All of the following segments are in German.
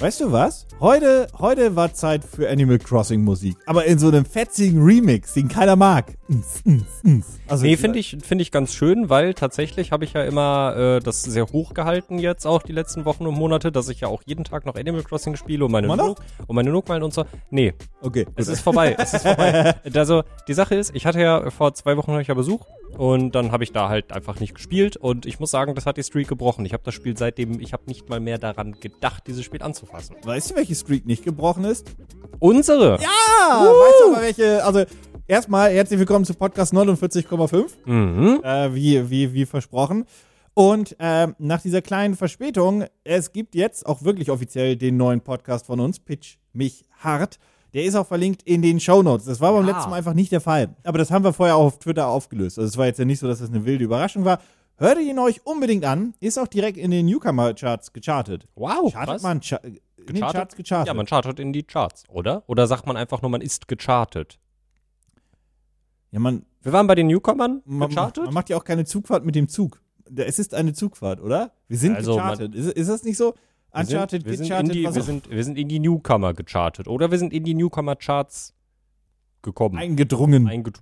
Weißt du was? Heute, heute war Zeit für Animal Crossing Musik. Aber in so einem fetzigen Remix, den keiner mag. Ns, ns, ns. Also, Nee, finde ich, finde ich ganz schön, weil tatsächlich habe ich ja immer äh, das sehr hoch gehalten jetzt auch die letzten Wochen und Monate, dass ich ja auch jeden Tag noch Animal Crossing spiele und meine Immer noch? Nook, und meine Nookmeilen und so. Nee, Okay. es gut. ist vorbei, es ist vorbei. Also die Sache ist, ich hatte ja vor zwei Wochen hatte ich ja Besuch und dann habe ich da halt einfach nicht gespielt und ich muss sagen, das hat die Streak gebrochen. Ich habe das Spiel seitdem, ich habe nicht mal mehr daran gedacht, dieses Spiel anzufassen. Weißt du, welche Streak nicht gebrochen ist? Unsere. Ja. Ah, weißt du aber welche? Also, erstmal herzlich willkommen zu Podcast 49,5. Mhm. äh, wie, wie, wie versprochen. Und ähm, nach dieser kleinen Verspätung, es gibt jetzt auch wirklich offiziell den neuen Podcast von uns, Pitch mich hart. Der ist auch verlinkt in den Shownotes. Das war beim Ja. letzten Mal einfach nicht der Fall. Aber das haben wir vorher auch auf Twitter aufgelöst. Also es war jetzt ja nicht so, dass das eine wilde Überraschung war. Hört ihn euch unbedingt an. Ist auch direkt in den Newcomer-Charts gechartet. Wow. Chartet krass. man? Cha in den Charts gechartet? Oh, Ja, man chartet in die Charts, oder? Oder sagt man einfach nur, man ist gechartet? ja, man, Wir waren bei den Newcomern man, gechartet. man macht ja auch keine Zugfahrt mit dem Zug. Es ist eine Zugfahrt, oder? Wir sind Also, man- gechartet. Ist, ist das nicht so? Wir sind- Uncharted, wir sind, in gechartet, die, was wir, auch- sind, wir sind in die Newcomer gechartet. Oder wir sind in die Newcomer-Charts gekommen. eingedrungen. Eingetu-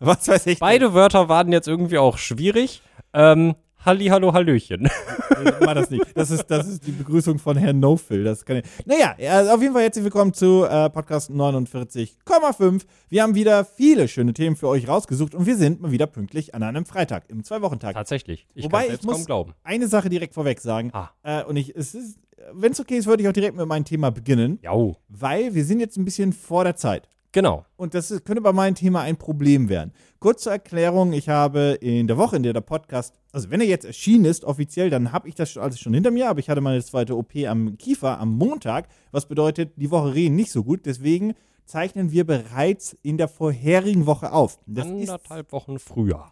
was weiß ich. Beide Wörter waren jetzt irgendwie auch schwierig. Ähm, Halli, hallo, hallöchen. Ich mach das nicht. Das ist, das ist die Begrüßung von Herrn Nofill. Das kann ich. Naja, also auf jeden Fall herzlich willkommen zu äh, Podcast 49,5. Wir haben wieder viele schöne Themen für euch rausgesucht und wir sind mal wieder pünktlich an einem Freitag, im Zwei-Wochen-Tag. Tatsächlich. Ich Wobei, kann ich selbst muss- kaum glauben. Eine Sache direkt vorweg sagen. Ah. Äh, und ich, es ist, wenn es okay ist, würde ich auch direkt mit meinem Thema beginnen, Jau. weil wir sind jetzt ein bisschen vor der Zeit. Genau. Und das ist- könnte bei meinem Thema ein Problem werden. Kurz zur Erklärung, ich habe in der Woche, in der der Podcast, also wenn er jetzt erschienen ist, offiziell, dann habe ich das schon- alles schon hinter mir, aber ich hatte meine zweite OP am Kiefer am Montag, was bedeutet, die Woche reden nicht so gut, deswegen zeichnen wir bereits in der vorherigen Woche auf. Das ist Anderthalb Wochen früher.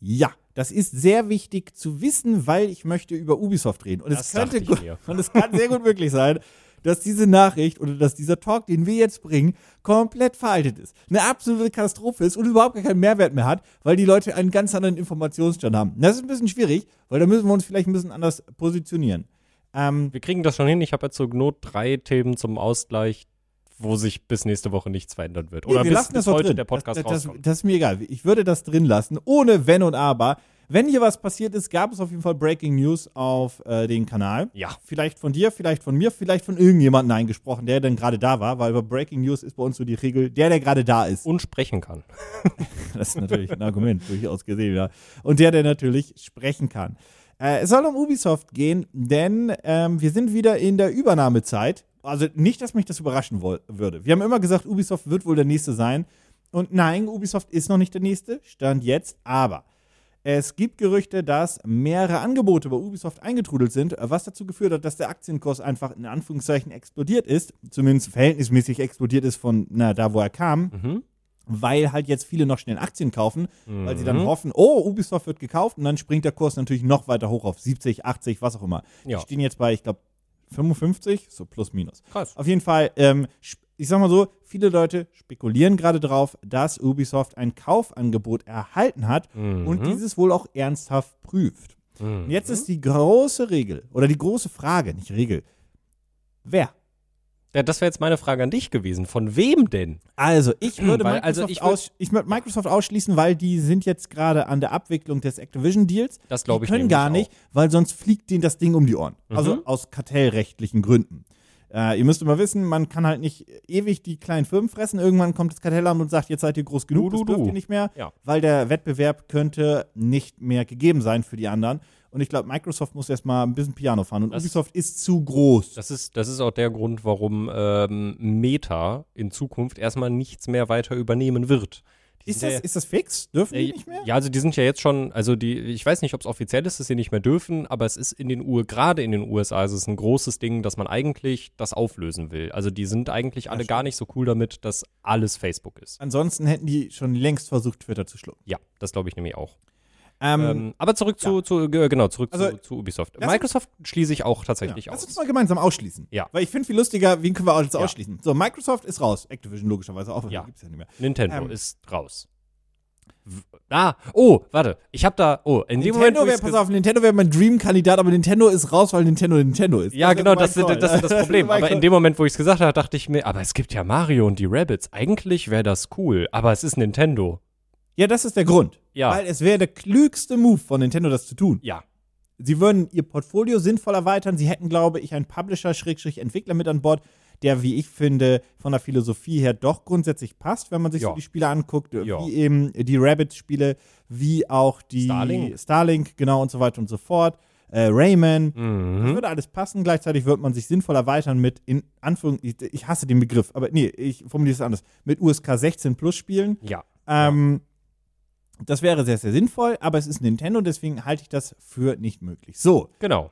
ja, das ist sehr wichtig zu wissen, weil ich möchte über Ubisoft reden. Und es Das könnte dachte ich gu- mir. und es kann sehr gut möglich sein, dass diese Nachricht oder dass dieser Talk, den wir jetzt bringen, komplett veraltet ist. Eine absolute Katastrophe ist und überhaupt gar keinen Mehrwert mehr hat, weil die Leute einen ganz anderen Informationsstand haben. Das ist ein bisschen schwierig, weil da müssen wir uns vielleicht ein bisschen anders positionieren. Ähm, Wir kriegen das schon hin. Ich habe jetzt zur Not drei Themen zum Ausgleich, wo sich bis nächste Woche nichts verändern wird. Oder Nee, bis, bis doch heute der Podcast das, das, das, rauskommt. das ist mir egal. Ich würde das drin lassen, ohne Wenn und Aber. Wenn hier was passiert ist, gab es auf jeden Fall Breaking News auf äh, den Kanal. Ja. Vielleicht von dir, vielleicht von mir, vielleicht von irgendjemandem eingesprochen, der dann gerade da war, weil bei Breaking News ist bei uns so die Regel, der, der gerade da ist. Und sprechen kann. Das ist natürlich ein Argument, durchaus gesehen, ja. Und der, der natürlich sprechen kann. Äh, es soll um Ubisoft gehen, denn ähm, wir sind wieder in der Übernahmezeit. Also nicht, dass mich das überraschen woll- würde. Wir haben immer gesagt, Ubisoft wird wohl der Nächste sein. Und nein, Ubisoft ist noch nicht der Nächste, stand jetzt. Aber es gibt Gerüchte, dass mehrere Angebote bei Ubisoft eingetrudelt sind, was dazu geführt hat, dass der Aktienkurs einfach in Anführungszeichen explodiert ist. Zumindest verhältnismäßig explodiert ist von na, da, wo er kam Mhm. weil halt jetzt viele noch schnell Aktien kaufen, weil sie dann Mhm. hoffen, oh, Ubisoft wird gekauft und dann springt der Kurs natürlich noch weiter hoch auf 70, 80, was auch immer. Ja. Die stehen jetzt bei, ich glaube, 55, so plus minus. Krass. Auf jeden Fall, ähm, sp- ich sag mal so, viele Leute spekulieren gerade drauf, dass Ubisoft ein Kaufangebot erhalten hat und dieses wohl auch ernsthaft prüft. Und jetzt ist die große Regel oder die große Frage, nicht Regel, wer? Ja, das wäre jetzt meine Frage an dich gewesen. Von wem denn? Also, ich würde Weil, Microsoft, also, ich würd- aus, ich würd Microsoft ausschließen, weil die sind jetzt gerade an der Abwicklung des Activision Deals. Das glaub ich Die können nämlich gar nicht, weil sonst fliegt denen das Ding um die Ohren. Mhm. Also aus kartellrechtlichen Gründen. Äh, ihr müsst immer wissen, man kann halt nicht ewig die kleinen Firmen fressen. Irgendwann kommt das Kartellamt und sagt, jetzt seid ihr groß genug, Du, du, das dürft du. ihr nicht mehr, Ja. weil der Wettbewerb könnte nicht mehr gegeben sein für die anderen. Und ich glaube, Microsoft muss erstmal ein bisschen Piano fahren. Und Das- Ubisoft ist zu groß. Das ist, das ist auch der Grund, warum ähm, Meta in Zukunft erstmal nichts mehr weiter übernehmen wird. Die ist, sind das ja- ist das fix? Dürfen die äh, nicht mehr? Ja, also die sind ja jetzt schon, also die, ich weiß nicht, ob es offiziell ist, dass sie nicht mehr dürfen, aber es ist in den USA, gerade in den USA, ist es ein großes Ding, dass man eigentlich das auflösen will. Also die sind eigentlich alle gar nicht so cool damit, dass alles Facebook Also ist. Ansonsten hätten die schon längst versucht, Twitter zu schlucken. Ja, das glaube ich nämlich auch. Ähm, Ähm, aber zurück zu, zu ge- genau, zurück Also, zu, zu Ubisoft. lass uns- Microsoft schließe ich auch tatsächlich ja. Lass aus. uns mal gemeinsam ausschließen. Ja. Weil ich finde viel lustiger, wen können wir alles Ja. ausschließen? So, Microsoft ist raus. Activision logischerweise auch, aber Ja. gibt's ja nicht mehr. Nintendo Ähm, ist raus. Ah, oh, warte. Ich habe da. Oh, in dem Moment. Nintendo wo wäre, ich's pass ge- auf, Nintendo wäre mein Dream-Kandidat, aber Nintendo ist raus, weil Nintendo Nintendo ist. Ja, Das ist genau, mein das, Call. das, das ist das Problem. mein Aber in Call. dem Moment, wo ich es gesagt habe, dachte ich mir, aber es gibt ja Mario und die Rabbits. Eigentlich wäre das cool, aber es ist Nintendo. ja, das ist der Grund. Ja. Weil es wäre der klügste Move von Nintendo, das zu tun. Ja. Sie würden ihr Portfolio sinnvoll erweitern. Sie hätten, glaube ich, einen Publisher-Entwickler mit an Bord, der, wie ich finde, von der Philosophie her doch grundsätzlich passt, wenn man sich Ja. so die Spiele anguckt, äh, Ja. wie eben die Rabbit-Spiele, wie auch die Starlink. Starlink, genau und so weiter und so fort. Äh, Rayman. Das Mhm. würde alles passen. Gleichzeitig wird man sich sinnvoll erweitern mit, in Anführung, ich, ich hasse den Begriff, aber nee, ich formuliere es anders, mit USK 16 Plus Spielen. Ja. Ähm, das wäre sehr, sehr sinnvoll, aber es ist Nintendo, deswegen halte ich das für nicht möglich. So, Genau.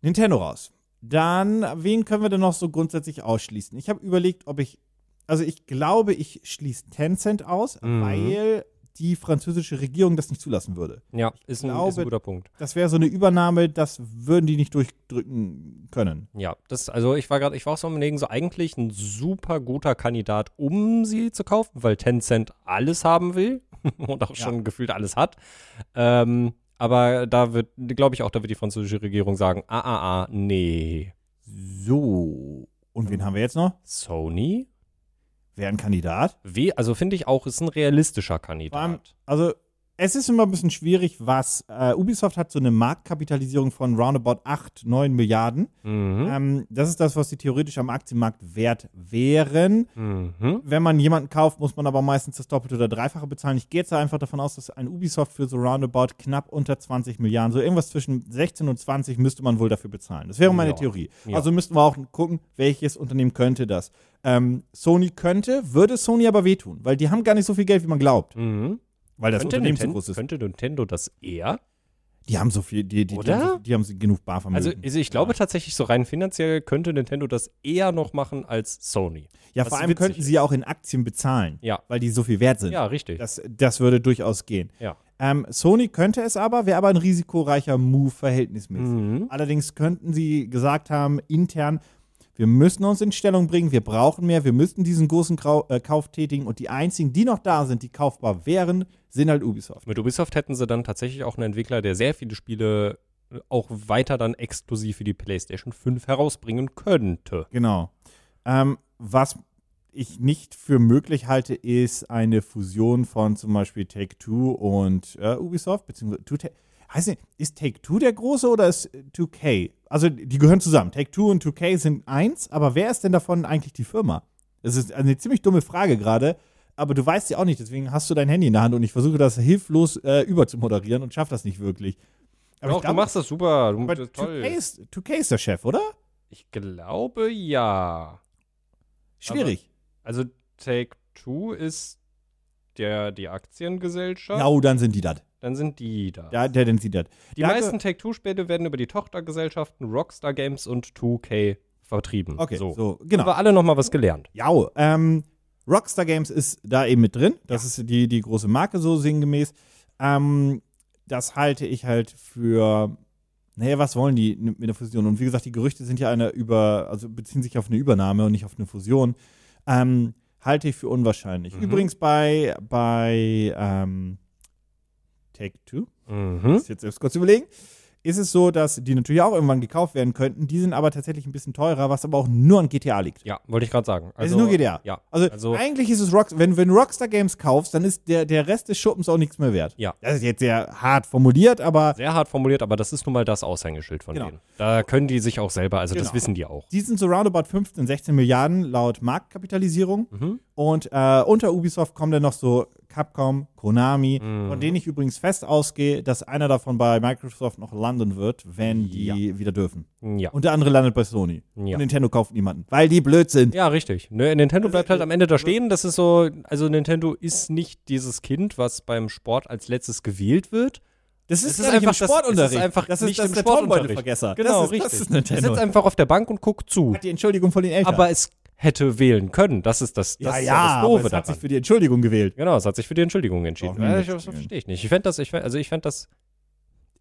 Nintendo raus. Dann, wen können wir denn noch so grundsätzlich ausschließen? Ich habe überlegt, ob ich, also ich glaube, ich schließe Tencent aus, Mhm. weil die französische Regierung das nicht zulassen würde. Ja, ist ein, ist glaube- ein guter Punkt. Das wäre so eine Übernahme, das würden die nicht durchdrücken können. Ja, das also ich war gerade, ich war auch so am überlegen, so eigentlich ein super guter Kandidat, um sie zu kaufen, weil Tencent alles haben will und auch schon gefühlt alles hat. Ähm, aber da wird, glaube ich auch, da wird die französische Regierung sagen, ah, ah, ah, nee. So. Und wen haben wir jetzt noch? Sony? Wer ein Kandidat? Weh, also finde ich auch, ist ein realistischer Vor allem, Kandidat. also es ist immer ein bisschen schwierig, was äh, Ubisoft hat so eine Marktkapitalisierung von roundabout 8, 9 Milliarden. Mhm. Ähm, das ist das, was sie theoretisch am Aktienmarkt wert wären. Mhm. Wenn man jemanden kauft, muss man aber meistens das Doppelte oder Dreifache bezahlen. Ich gehe jetzt einfach davon aus, dass ein Ubisoft für so roundabout knapp unter 20 Milliarden, so irgendwas zwischen 16 und 20 müsste man wohl dafür bezahlen. Das wäre meine Ja. Theorie. Ja. Also müssten wir auch gucken, welches Unternehmen könnte das. Ähm, Sony könnte, würde Sony aber wehtun, weil die haben gar nicht so viel Geld, wie man glaubt, Mhm. weil das Könnte, Unternehmen zu Ninten- groß ist. könnte Nintendo das eher? Die haben so viel, die, die, die, Oder? haben, so, die haben so genug Barvermögen. Also, also ich glaube tatsächlich, so rein finanziell könnte Nintendo das eher noch machen als Sony. ja, was vor allem witzig könnten sie ja auch in Aktien bezahlen, Ja. weil die so viel wert sind. Ja, richtig. Das, das würde durchaus gehen. Ja. Ähm, Sony könnte es aber, wäre aber ein risikoreicher Move verhältnismäßig. Mhm. Allerdings könnten sie gesagt haben, intern, wir müssen uns in Stellung bringen, wir brauchen mehr, wir müssten diesen großen Grau äh, Kauf tätigen und die einzigen, die noch da sind, die kaufbar wären, sind halt Ubisoft. Mit Ubisoft hätten sie dann tatsächlich auch einen Entwickler, der sehr viele Spiele äh, auch weiter dann exklusiv für die PlayStation 5 herausbringen könnte. Genau. Ähm, was ich nicht für möglich halte, ist eine Fusion von zum Beispiel Take Two und äh, Ubisoft, beziehungsweise Two Ta- Heißt nicht, ist Take Two der große oder ist äh, 2K? Also die gehören zusammen. Take Two und 2K sind eins, aber wer ist denn davon eigentlich die Firma? Das ist eine ziemlich dumme Frage gerade, aber du weißt sie auch nicht, deswegen hast du dein Handy in der Hand und ich versuche das hilflos äh, überzumoderieren und schaffe das nicht wirklich. Aber ich Doch, du glaube, machst das super. Du, aber das ist 2K, toll. ist, 2K ist der Chef, oder? Ich glaube ja. Schwierig. Also Take Two ist der, die Aktiengesellschaft. ja, oh, dann sind die das. Dann sind die da. Ja, der, den sieht das. die Ja, meisten Take Two-Spiele werden über die Tochtergesellschaften Rockstar Games und 2K vertrieben. Okay, so, so. genau. Haben wir alle nochmal was gelernt. Ja, ähm, Rockstar Games ist da eben mit drin. Das ist die, die große Marke, so sinngemäß. Ähm, das halte ich halt für. Naja, was wollen die mit der Fusion? Und wie gesagt, die Gerüchte sind ja eine über, also beziehen sich auf eine Übernahme und nicht auf eine Fusion. Ähm, halte ich für unwahrscheinlich. Mhm. Übrigens bei, bei ähm, Take Two, Mhm. muss jetzt selbst kurz überlegen, ist es so, dass die natürlich auch irgendwann gekauft werden könnten. Die sind aber tatsächlich ein bisschen teurer, was aber auch nur an GTA liegt. Ja, wollte ich gerade sagen. Es Also, ist nur GTA. Ja, Also, Also- eigentlich ist es Rockstar, wenn, wenn du Rockstar Games kaufst, dann ist der, der Rest des Schuppens auch nichts mehr wert. Ja. Das ist jetzt sehr hart formuliert, aber sehr hart formuliert, aber das ist nun mal das Aushängeschild von Genau. denen. Da können die sich auch selber, also das Genau. wissen die auch. die sind so roundabout 15, 16 Milliarden laut Marktkapitalisierung. Mhm. Und äh, unter Ubisoft kommen dann noch so Capcom, Konami, Mhm. von denen ich übrigens fest ausgehe, dass einer davon bei Microsoft noch landen wird, wenn die wieder dürfen. Hm, Ja. Und der andere landet bei Sony. Ja. Und Nintendo kauft niemanden, weil die blöd sind. Ja, richtig. Ne, Nintendo Also, bleibt halt äh, am Ende da stehen. Das ist so, also Nintendo ist nicht dieses Kind, was beim Sport als letztes gewählt wird. Das Es ist, ist gar nicht einfach im das- Sportunterricht. es ist einfach das ist, nicht das im ist der Sportunterricht. Turnbeutelvergesser. Genau, das ist, richtig. Das ist Er Nintendo. sitzt einfach auf der Bank und guckt zu. Hat die Entschuldigung von den Eltern. Aber es hätte wählen können. Das ist das, das, ja, ist ja, das aber Doofe es hat daran. sich für die Entschuldigung gewählt. Genau, es hat sich für die Entschuldigung Brauchen entschieden. wir Ja, nicht ich, das spielen. verstehe ich nicht. Ich fände das, ich fänd, also ich fände das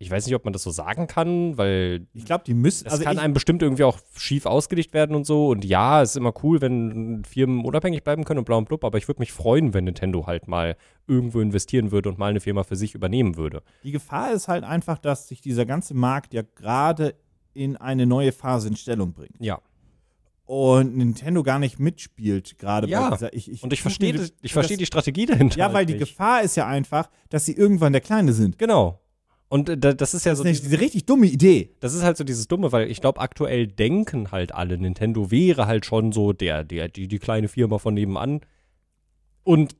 ich weiß nicht, ob man das so sagen kann, weil Ich glaube, die müssen. es also kann ich, einem bestimmt irgendwie auch schief ausgelegt werden und so. Und ja, ist immer cool, wenn Firmen unabhängig bleiben können und blau und blub, aber ich würde mich freuen, wenn Nintendo halt mal irgendwo investieren würde und mal eine Firma für sich übernehmen würde. Die Gefahr ist halt einfach, dass sich dieser ganze Markt ja gerade in eine neue Phase in Stellung bringt. Ja. Und Nintendo gar nicht mitspielt, gerade Ja. bei dieser. Ich, ich Und ich verstehe das- ich verstehe die Strategie dahinter. Ja, halt weil die nicht. Gefahr ist ja einfach, dass sie irgendwann der Kleine sind. Genau. Und äh, da- das ist ja Das so ist eine, diese richtig dumme Idee. Das ist halt so dieses Dumme, weil ich glaube, aktuell denken halt alle, Nintendo wäre halt schon so der, der, die, die kleine Firma von nebenan. Und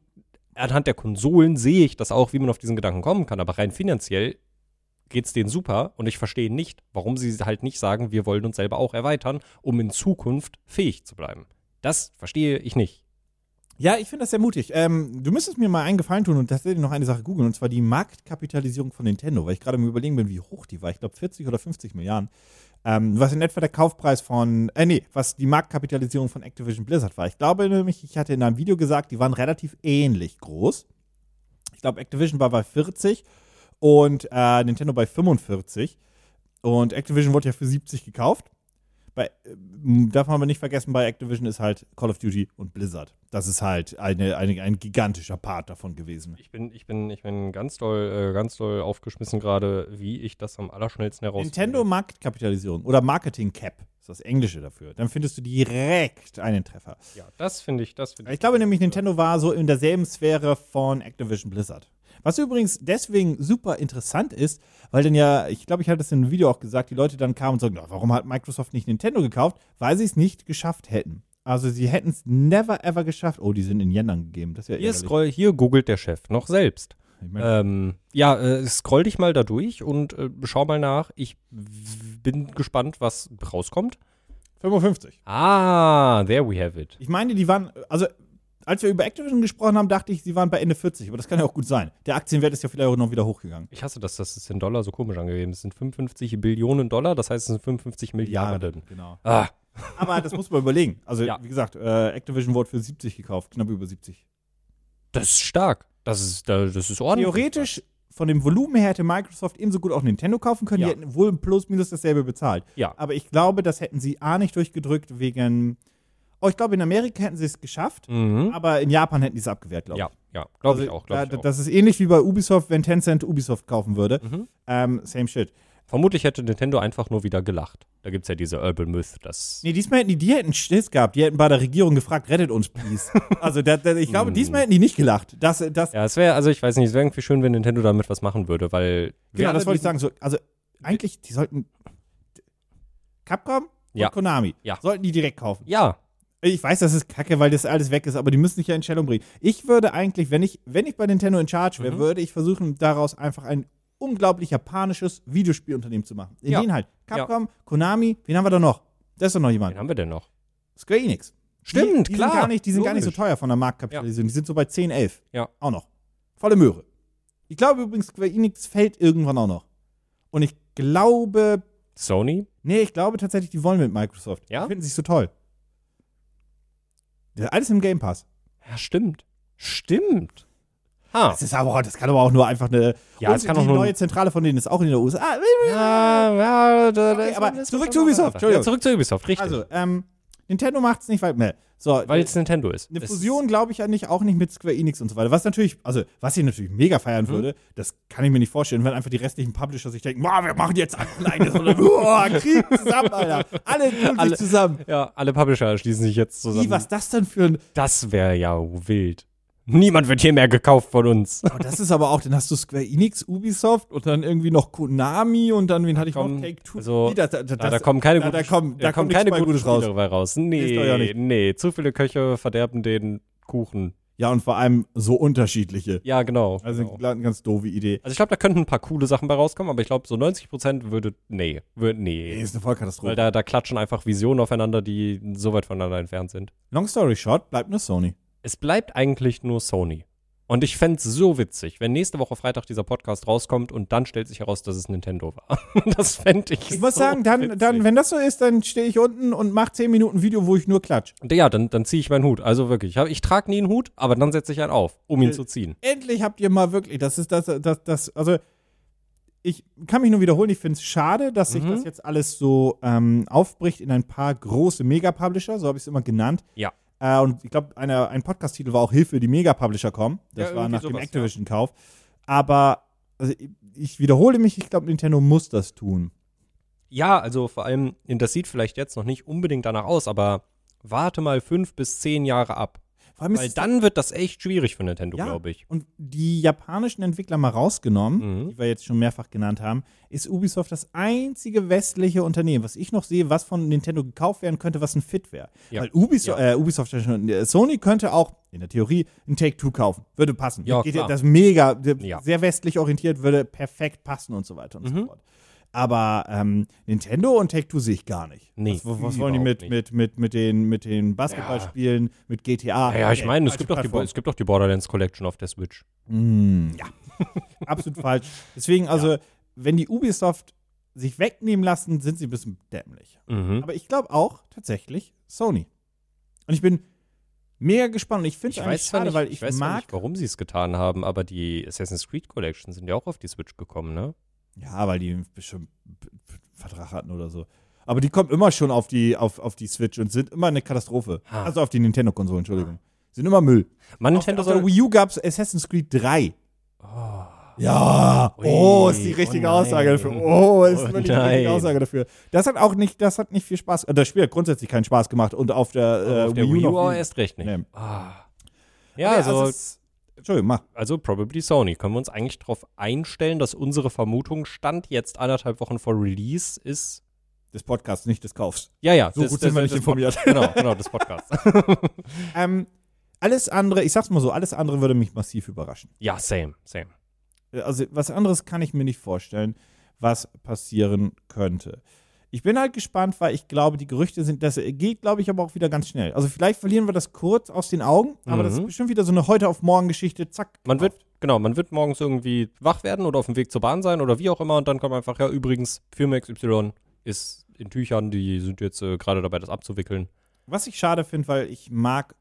anhand der Konsolen sehe ich das auch, wie man auf diesen Gedanken kommen kann. Aber rein finanziell geht's denen super und ich verstehe nicht, warum sie halt nicht sagen, wir wollen uns selber auch erweitern, um in Zukunft fähig zu bleiben. Das verstehe ich nicht. Ja, ich finde das sehr mutig. Ähm, du müsstest mir mal einen Gefallen tun und tatsächlich noch eine Sache googeln, und zwar die Marktkapitalisierung von Nintendo, weil ich gerade mir überlegen bin, wie hoch die war. Ich glaube 40 oder 50 Milliarden. Ähm, was in etwa der Kaufpreis von, äh, nee, was die Marktkapitalisierung von Activision Blizzard war. Ich glaube nämlich, ich hatte in einem Video gesagt, die waren relativ ähnlich groß. Ich glaube, Activision war bei 40 und äh, Nintendo bei 45. Und Activision wurde ja für 70 gekauft. Bei, ähm, darf man aber nicht vergessen, bei Activision ist halt Call of Duty und Blizzard. Das ist halt eine, eine, ein gigantischer Part davon gewesen. Ich bin, ich bin, ich bin ganz doll, äh, ganz doll aufgeschmissen gerade, wie ich das am allerschnellsten heraus. Nintendo Marktkapitalisierung oder Marketing Cap ist das Englische dafür. Dann findest du direkt einen Treffer. Ja, das finde ich, das finde Ich glaube nämlich, Nintendo war so in derselben Sphäre von Activision Blizzard. Was übrigens deswegen super interessant ist, weil dann ja, ich glaube, ich hatte es in einem Video auch gesagt, die Leute dann kamen und sagen, "Na, warum hat Microsoft nicht Nintendo gekauft? Weil sie es nicht geschafft hätten. Also sie hätten es never ever geschafft. Oh, die sind in Yen angegeben. Das ist ja Hier, ärgerlich. scroll, hier googelt der Chef noch selbst. Ich mein, Ähm, ja, äh, scroll dich mal da durch und äh, schau mal nach. Ich w- bin gespannt, was rauskommt. 55. Ah, there we have it. äh, Ich meine, die waren, also als wir über Activision gesprochen haben, dachte ich, sie waren bei Ende 40, aber das kann ja auch gut sein. Der Aktienwert ist ja vielleicht auch noch wieder hochgegangen. Ich hasse das, dass es in Dollar so komisch angegeben ist. Es sind 55 Billionen Dollar, das heißt, es sind 55 Milliarden. Genau. Ah, Aber das muss man überlegen. Also, Ja. wie gesagt, äh, Activision wurde für 70 gekauft, knapp über 70. das ist stark. Das ist, da- das ist ordentlich. Theoretisch, von dem Volumen her hätte Microsoft ebenso gut auch Nintendo kaufen können. Ja. Die hätten wohl plus minus dasselbe bezahlt. Ja. Aber ich glaube, das hätten sie A nicht durchgedrückt wegen. Oh, ich glaube, in Amerika hätten sie es geschafft, Mhm. aber in Japan hätten die es abgewehrt, glaube ich. Ja, ja, glaube Also, ich auch. Glaub ich da, auch. Das ist ähnlich wie bei Ubisoft, wenn Tencent Ubisoft kaufen würde. Mhm. Ähm, same shit. Vermutlich hätte Nintendo einfach nur wieder gelacht. Da gibt es ja diese Urban Myth, dass Nee, diesmal hätten die, die hätten Schiss gehabt. Die hätten bei der Regierung gefragt, rettet uns, please. also, da, da, ich Mhm. glaube, diesmal hätten die nicht gelacht. Das, das, Ja, es wäre, also ich weiß nicht, es wäre irgendwie schön, wenn Nintendo damit was machen würde, weil. Genau, wir das alle wollte ich sagen. lieben- So, also eigentlich, die sollten Capcom und Ja. Konami Ja. sollten die direkt kaufen. Ja, Ich weiß, das ist kacke, weil das alles weg ist, aber die müssen sich ja in Stellung bringen. Ich würde eigentlich, wenn ich, wenn ich bei Nintendo in Charge wäre, Mhm. würde ich versuchen, daraus einfach ein unglaublich japanisches Videospielunternehmen zu machen. In Ja. denen halt. Capcom, Konami, wen haben wir da noch? Da ist doch noch jemand. wen haben wir denn noch? Square Enix. Stimmt, die, die klar. Sind gar nicht, die sind gar nicht so Logisch. teuer von der Marktkapitalisierung. Die sind so bei 10, 11. Ja. Auch noch. Volle Möhre. Ich glaube übrigens, Square Enix fällt irgendwann auch noch. Und ich glaube, Sony? nee, ich glaube tatsächlich, die wollen mit Microsoft. Ja? Die finden sich so toll. Ja, alles im Game Pass. Ja, stimmt. Stimmt. Ha. Das, ist aber, auch- das kann aber auch nur einfach eine. Ja, Und es kann die auch nur- neue Zentrale von denen ist auch in der USA. Ja, ja, da, Okay, ist- aber ist- zurück zu Ubisoft, Entschuldigung. Ja, zurück zu Ubisoft, richtig. Also, ähm, Nintendo macht's nicht weit mehr. So, weil es Nintendo ist. Eine Es- Fusion glaube ich ja nicht, auch nicht mit Square Enix und so weiter. Was natürlich, also was ich natürlich mega feiern Mhm. würde, das kann ich mir nicht vorstellen, wenn einfach die restlichen Publisher sich denken, "Boah, wir machen jetzt einfach ein eigenes oder boah, Krieg zusammen, Alter. Alle tun sich Alle- zusammen. Ja, alle Publisher schließen sich jetzt zusammen. Wie, was das denn für ein. Das wäre ja wild. Niemand wird hier mehr gekauft von uns. Oh, das ist aber auch, dann hast du Square Enix, Ubisoft und dann irgendwie noch Konami und dann, wen hatte ich Komm, noch? Take Two. also, Wie, da, da, da, Da, da kommen keine da, guten, da kommen, da kommen keine nichts bei guten Gutes raus. Spiele dabei raus. Nee, Ist doch ja nicht. nee, zu viele Köche verderben den Kuchen. Ja, und vor allem so unterschiedliche. Ja, genau. Also genau. eine ganz doofe Idee. Also ich glaube, da könnten ein paar coole Sachen bei rauskommen, aber ich glaube, so 90 Prozent würde, nee, würde, Nee, nee. ist eine Vollkatastrophe. Weil da, da klatschen einfach Visionen aufeinander, die so weit voneinander entfernt sind. Long story short, bleibt nur Sony. Es bleibt eigentlich nur Sony. Und ich fänd's so witzig, wenn nächste Woche Freitag dieser Podcast rauskommt und dann stellt sich heraus, dass es Nintendo war. das fänd ich Ich muss so sagen, dann, witzig. dann, wenn das so ist, dann stehe ich unten und mache 10 Minuten Video, wo ich nur klatsch. Ja, dann, dann ziehe ich meinen Hut. Also wirklich. Ich, hab- ich trage nie einen Hut, aber dann setze ich einen auf, um ihn Äh, zu ziehen. Endlich habt ihr mal wirklich, das ist das, das, das, also ich kann mich nur wiederholen, ich finde es schade, dass sich Mhm. das jetzt alles so ähm, aufbricht in ein paar große Mega-Publisher, so habe ich es immer genannt. Ja. Äh, und ich glaube, einer- ein Podcast-Titel war auch Hilfe, die Mega-Publisher kommen. Das Ja, war irgendwie nach dem sowas, ja. Activision-Kauf. Aber also, ich- ich wiederhole mich, ich glaube, Nintendo muss das tun. Ja, also vor allem, das sieht vielleicht jetzt noch nicht unbedingt danach aus, aber warte mal fünf bis zehn Jahre ab. Vor allem ist Weil es- dann wird das echt schwierig für Nintendo, Ja. glaube ich. Und die japanischen Entwickler mal rausgenommen, Mhm. die wir jetzt schon mehrfach genannt haben, ist Ubisoft das einzige westliche Unternehmen, was ich noch sehe, was von Nintendo gekauft werden könnte, was ein Fit wäre. Ja. Weil Ubisoft, äh, Ubisoft äh, Sony könnte auch in der Theorie ein Take-Two kaufen. Würde passen. Ja, Geht klar. Das mega, d- Ja. sehr westlich orientiert, würde perfekt passen und so weiter und so Mhm. fort. Aber ähm, Nintendo und Take-Two sehe ich gar nicht. Nee, was, was wollen die mit, überhaupt mit, mit, mit den, mit den Basketballspielen, mit GTA? Ja, ich Ey, meine, es falsche gibt, doch die, Plattform. es gibt doch die Borderlands Collection auf der Switch. Mm, ja. Absolut falsch. Deswegen, also, wenn die Ubisoft sich wegnehmen lassen, sind sie ein bisschen dämlich. Mhm. Aber ich glaube auch tatsächlich Sony. Und ich bin mega gespannt. Und ich Ich finde es eigentlich weiß zwar schade, nicht, weil ich, ich weiß zwar mag. nicht, warum sie es getan haben, aber die Assassin's Creed Collection sind ja auch auf die Switch gekommen, ne? Ja, weil die bestimmt einen Vertrag hatten oder so. Aber die kommen immer schon auf die, auf, auf die Switch und sind immer eine Katastrophe. Ha. Also auf die Nintendo-Konsolen, Entschuldigung. Sind immer Müll. Man, Auf, Nintendo auf der soll. Wii U gab es Assassin's Creed 3. Oh. Ja, Ui, oh, ist die richtige oh nein. Aussage dafür. Oh, ist Oh wirklich die nein. richtige Aussage dafür. Das hat auch nicht, das hat nicht viel Spaß, äh, das Spiel hat grundsätzlich keinen Spaß gemacht und auf der, äh, auf der Wii U noch- auch erst recht nicht. Nee. Ah. Ja, Nee, also, also, es- Entschuldigung, mach. probably Sony. Können wir uns eigentlich darauf einstellen, dass unsere Vermutung stand jetzt anderthalb Wochen vor Release ist. Des Podcasts, nicht des Kaufs. Ja, ja. So das- gut das- sind wir nicht das- informiert. Genau, genau, das Podcast. Ähm, alles andere, ich sag's mal so, alles andere würde mich massiv überraschen. ja, same, same. Also, was anderes kann ich mir nicht vorstellen, was passieren könnte. Ich bin halt gespannt, weil ich glaube, die Gerüchte sind, das geht, glaube ich, aber auch wieder ganz schnell. Also, vielleicht verlieren wir das kurz aus den Augen, aber das ist Mhm. bestimmt wieder so eine heute-auf-morgen-Geschichte, zack. Man wird, genau, man wird morgens irgendwie wach werden oder auf dem Weg zur Bahn sein oder wie auch immer und dann kommt einfach, ja, übrigens, Firma XY ist in Tüchern, die sind jetzt äh, gerade dabei, das abzuwickeln. Was ich schade finde, weil ich mag,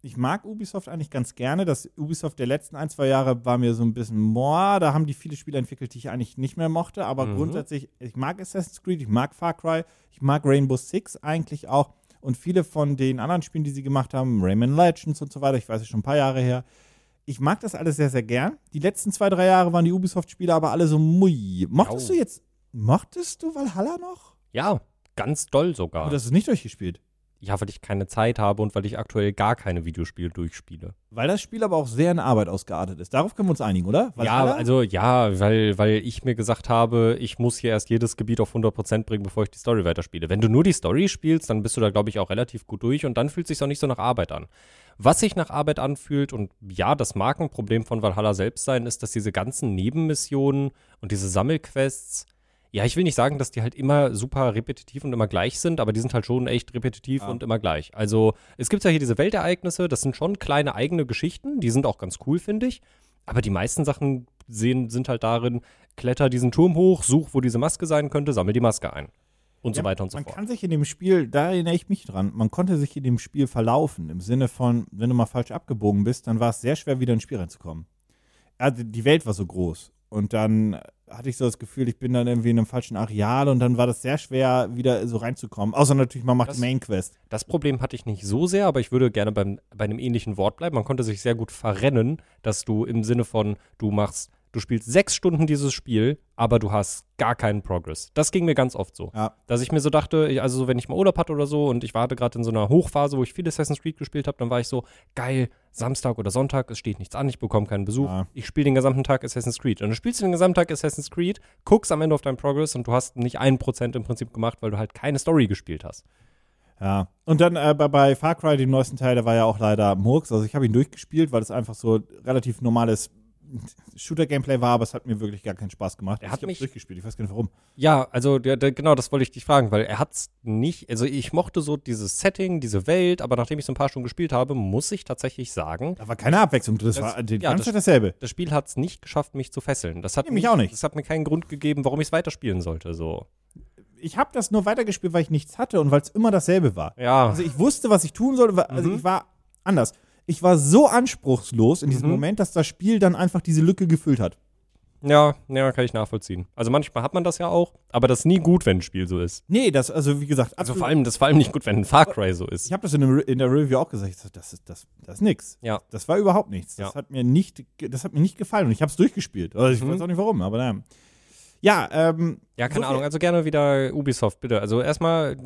ich mag Ubisoft eigentlich ganz gerne. Das Ubisoft der letzten ein, zwei Jahre war mir so ein bisschen moa. Da haben die viele Spiele entwickelt, die ich eigentlich nicht mehr mochte. Aber Mhm. grundsätzlich, ich mag Assassin's Creed, ich mag Far Cry, ich mag Rainbow Six eigentlich auch. Und viele von den anderen Spielen, die sie gemacht haben, Rayman Legends und so weiter, ich weiß es schon ein paar Jahre her. Ich mag das alles sehr, sehr gern. Die letzten zwei, drei Jahre waren die Ubisoft-Spiele aber alle so mui. Mochtest Au. du jetzt, mochtest du Valhalla noch? Ja, ganz doll sogar. Oder hast du es nicht durchgespielt? Ja, weil ich keine Zeit habe und weil ich aktuell gar keine Videospiele durchspiele. Weil das Spiel aber auch sehr in Arbeit ausgeartet ist. Darauf können wir uns einigen, oder? Weil ja, alle- also ja, weil, weil ich mir gesagt habe, ich muss hier erst jedes Gebiet auf 100% bringen, bevor ich die Story weiterspiele. Wenn du nur die Story spielst, dann bist du da, glaube ich, auch relativ gut durch und dann fühlt es sich auch nicht so nach Arbeit an. Was sich nach Arbeit anfühlt und ja, das mag ein Problem von Valhalla selbst sein, ist, dass diese ganzen Nebenmissionen und diese Sammelquests, ja, ich will nicht sagen, dass die halt immer super repetitiv und immer gleich sind, aber die sind halt schon echt repetitiv Ja. und immer gleich. Also es gibt ja hier diese Weltereignisse, das sind schon kleine eigene Geschichten, die sind auch ganz cool, finde ich. Aber die meisten Sachen sehen, sind halt darin, kletter diesen Turm hoch, such, wo diese Maske sein könnte, sammel die Maske ein. Und so Ja, weiter und so man fort. kann sich in dem Spiel, da erinnere ich mich dran, man konnte sich in dem Spiel verlaufen. Im Sinne von, wenn du mal falsch abgebogen bist, dann war es sehr schwer, wieder ins Spiel reinzukommen. Also die Welt war so groß. Und dann hatte ich so das Gefühl, ich bin dann irgendwie in einem falschen Areal und dann war das sehr schwer, wieder so reinzukommen. Außer natürlich, man macht Das- die Main Quest. Das Problem hatte ich nicht so sehr, aber ich würde gerne beim, bei einem ähnlichen Wort bleiben. Man konnte sich sehr gut verrennen, dass du im Sinne von, du machst, du spielst sechs Stunden dieses Spiel, aber du hast gar keinen Progress. Das ging mir ganz oft so. Ja. dass ich mir so dachte, ich, also so, wenn ich mal Urlaub hatte oder so und ich warte gerade in so einer Hochphase, wo ich viel Assassin's Creed gespielt habe, dann war ich so, geil, Samstag oder Sonntag, es steht nichts an, ich bekomme keinen Besuch, Ja. ich spiele den gesamten Tag Assassin's Creed. Und du spielst den gesamten Tag Assassin's Creed, guckst am Ende auf deinen Progress und du hast nicht ein Prozent im Prinzip gemacht, weil du halt keine Story gespielt hast. Ja. Und dann äh, bei, bei Far Cry, dem neuesten Teil, da war ja auch leider Murks. Also ich habe ihn durchgespielt, weil es einfach so relativ normales Shooter-Gameplay war, aber es hat mir wirklich gar keinen Spaß gemacht. Er hat ich habe mich- durchgespielt, ich weiß gar nicht warum. Ja, also der, der, genau, das wollte ich dich fragen, weil er hat's nicht, also ich mochte so dieses Setting, diese Welt, aber nachdem ich so ein paar Stunden gespielt habe, muss ich tatsächlich sagen, Da war keine Abwechslung. Das, Das- war die ja, ganze das- Zeit dasselbe. das Spiel hat es nicht geschafft, mich zu fesseln. Das hat Nee, mich auch nicht. Das hat mir keinen Grund gegeben, warum ich es weiterspielen sollte. So. Ich habe das nur weitergespielt, weil ich nichts hatte und weil es immer dasselbe war. Ja. Also ich wusste, was ich tun sollte. wa- Also Mhm. ich war Mhm. anders. Ich war so anspruchslos in diesem Moment, dass das Spiel dann einfach diese Lücke gefüllt hat. Ja, ja, kann ich nachvollziehen. Also manchmal hat man das ja auch, aber das ist nie gut, wenn ein Spiel so ist. Nee, das, also wie gesagt, Also absolut- vor allem, das ist vor allem nicht gut, wenn ein Far Cry so ist. ich habe das in, dem, Re- in der Review auch gesagt, ich so, das ist, das, das ist nix. Ja. Das war überhaupt nichts. Das Ja. hat mir nicht, ge- das hat mir nicht gefallen und ich habe es durchgespielt. Also ich Mhm. weiß auch nicht warum, aber naja. Ja, ähm, Ja, So keine viel- Ahnung. Also gerne wieder Ubisoft, bitte. Also erstmal,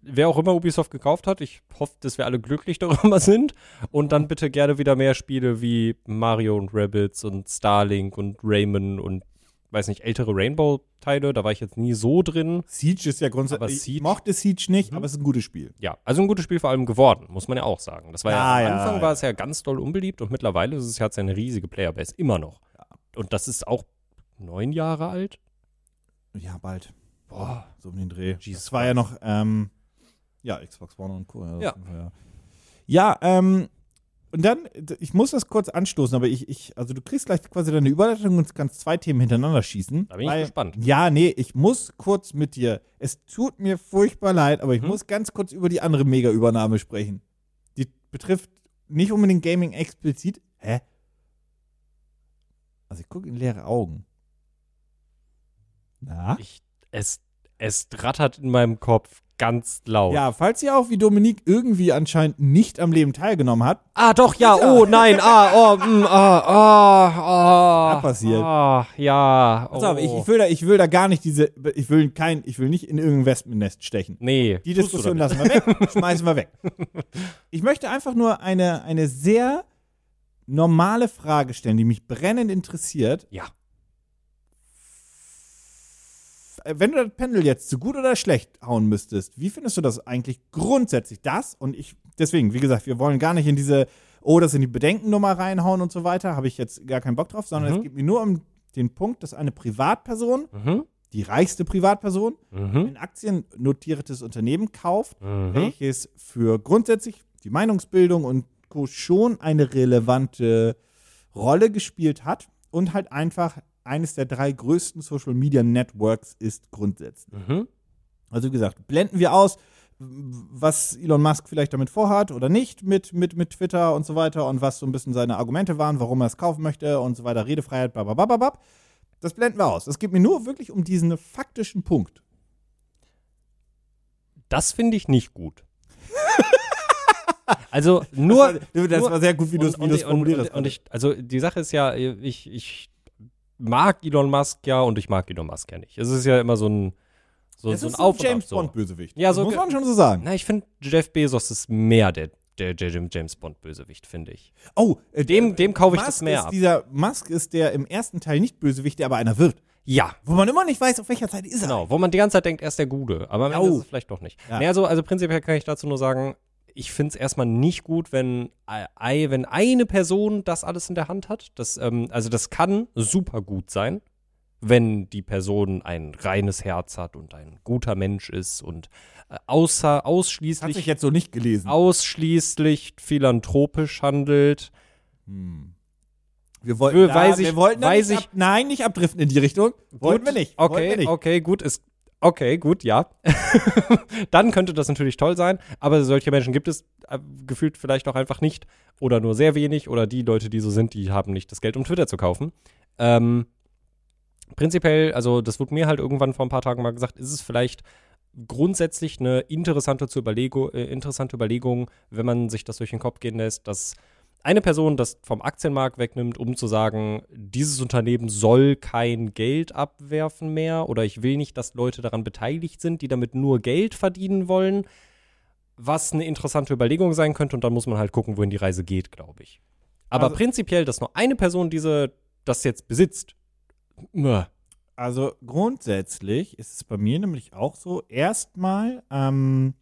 wer auch immer Ubisoft gekauft hat, ich hoffe, dass wir alle glücklich darüber sind. Und dann bitte gerne wieder mehr Spiele wie Mario und Rabbits und Starlink und Rayman und weiß nicht, ältere Rainbow-Teile. Da war ich jetzt nie so drin. Siege ist ja Aber grundsätzlich, ich Siege- Mhm. mochte Siege nicht, aber es ist ein gutes Spiel. Ja, also ein gutes Spiel vor allem geworden, muss man ja auch sagen. Das war ja, Ja, am ja, Anfang ja. war es ja ganz doll unbeliebt und mittlerweile ist es ja eine riesige Playerbase, immer noch. Und das ist auch neun Jahre alt. Ja, bald. Boah. So um den Dreh. Jesus das war ja noch, ähm, ja, Xbox One und Co. das Ja. auf jeden Fall, ja. ja, ähm, und dann, d- ich muss das kurz anstoßen, aber ich, ich, also du kriegst gleich quasi deine Überleitung und kannst zwei Themen hintereinander schießen. Da bin ich gespannt. Ja, nee, ich muss kurz mit dir. Es tut mir furchtbar leid, aber ich muss ganz kurz über die andere Mega-Übernahme sprechen. Die betrifft nicht unbedingt Gaming explizit. Hä? Also ich gucke in leere Augen. Na? Ich, es, es rattert in meinem Kopf ganz laut. Ja, falls ihr auch wie Dominik irgendwie anscheinend nicht am Leben teilgenommen hat, Ah, doch, ja, oh, nein, ah, oh, mm, ah, ah, ah. Ja, passiert. Ah, ja, oh. pass auf, ich, ich, will da, ich will da gar nicht diese, ich will kein, ich will nicht in irgendein Wespennest stechen. nee. Die tust du Diskussion damit. lassen wir weg, schmeißen wir weg. Ich möchte einfach nur eine, eine sehr normale Frage stellen, die mich brennend interessiert. Ja. Äh, Wenn du das Pendel jetzt zu gut oder schlecht hauen müsstest, wie findest du das eigentlich grundsätzlich? Das und ich, deswegen, wie gesagt, wir wollen gar nicht in diese, oh, das in die Bedenkennummer reinhauen und so weiter, habe ich jetzt gar keinen Bock drauf, sondern Mhm. es geht mir nur um den Punkt, dass eine Privatperson, Mhm, die reichste Privatperson, mhm, ein aktiennotiertes Unternehmen kauft, mhm. welches für grundsätzlich die Meinungsbildung und Co. schon eine relevante Rolle gespielt hat und halt einfach eines der drei größten Social Media Networks ist grundsätzlich. Mhm. Also wie gesagt, blenden wir aus, was Elon Musk vielleicht damit vorhat oder nicht mit, mit, mit Twitter und so weiter und was so ein bisschen seine Argumente waren, warum er es kaufen möchte und so weiter, Redefreiheit, bababababab. Das blenden wir aus. Es geht mir nur wirklich um diesen faktischen Punkt. Das finde ich nicht gut. also nur, das nur- war sehr gut, wie du es wie und, du es und, und, formulierst. und, und ich, also die Sache ist ja, ich, ich mag Elon Musk ja und ich mag Elon Musk ja nicht. Es ist ja immer so ein, so, Das so ein ist Auf und James Ab, so. Bond Bösewicht. Ja, so muss ge- Ne? man schon so sagen. Na, ich finde, Jeff Bezos ist mehr der, der, der James Bond-Bösewicht, finde ich. Oh, äh, Dem, dem kaufe ich Musk das mehr ist ab. dieser Musk ist der im ersten Teil nicht Bösewicht, der aber einer wird, Ja, wo man immer nicht weiß, auf welcher Seite ist er. genau. Wo man die ganze Zeit denkt, er ist der Gute. Aber am Ende Au. ist es vielleicht doch nicht. Ja. Nee, also, also prinzipiell kann ich dazu nur sagen, ich finde es erstmal nicht gut, wenn, ei- wenn eine Person das alles in der Hand hat. Das, ähm, also das kann super gut sein, wenn die Person ein reines Herz hat und ein guter Mensch ist und äh, außer Das hat ausschließlich sich jetzt so nicht gelesen. ausschließlich philanthropisch handelt. Hm. Wir wollten, Wö, da, weiß ich- wir wollten da weiß nicht ich- ab, nein, nicht abdriften in die Richtung. Wollten wir nicht. Okay, wollten wir nicht. okay, gut, ist okay, gut, ja. Dann könnte das natürlich toll sein, aber solche Menschen gibt es äh, gefühlt vielleicht auch einfach nicht oder nur sehr wenig oder die Leute, die so sind, die haben nicht das Geld, um Twitter zu kaufen. Ähm, prinzipiell, also das wurde mir halt irgendwann vor ein paar Tagen mal gesagt, ist es vielleicht grundsätzlich eine interessante, zu Überlego, äh, interessante Überlegung, wenn man sich das durch den Kopf gehen lässt, dass eine Person das vom Aktienmarkt wegnimmt, um zu sagen, dieses Unternehmen soll kein Geld abwerfen mehr oder ich will nicht, dass Leute daran beteiligt sind, die damit nur Geld verdienen wollen, was eine interessante Überlegung sein könnte und dann muss man halt gucken, wohin die Reise geht, glaube ich. Aber Also- prinzipiell, dass nur eine Person diese das jetzt besitzt, meh. Also grundsätzlich ist es bei mir nämlich auch so, erstmal, ähm,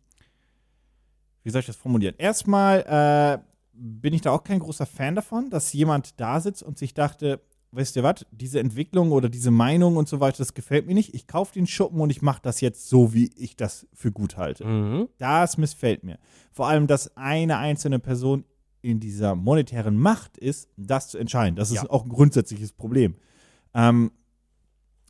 wie soll ich das formulieren? Erstmal äh, bin ich da auch kein großer Fan davon, dass jemand da sitzt und sich dachte, weißt ihr was, diese Entwicklung oder diese Meinung und so weiter, das gefällt mir nicht. Ich kaufe den Schuppen und ich mache das jetzt so, wie ich das für gut halte. Mhm. Das missfällt mir. Vor allem, dass eine einzelne Person in dieser monetären Macht ist, das zu entscheiden. Das ist Ja. auch ein grundsätzliches Problem. Ähm,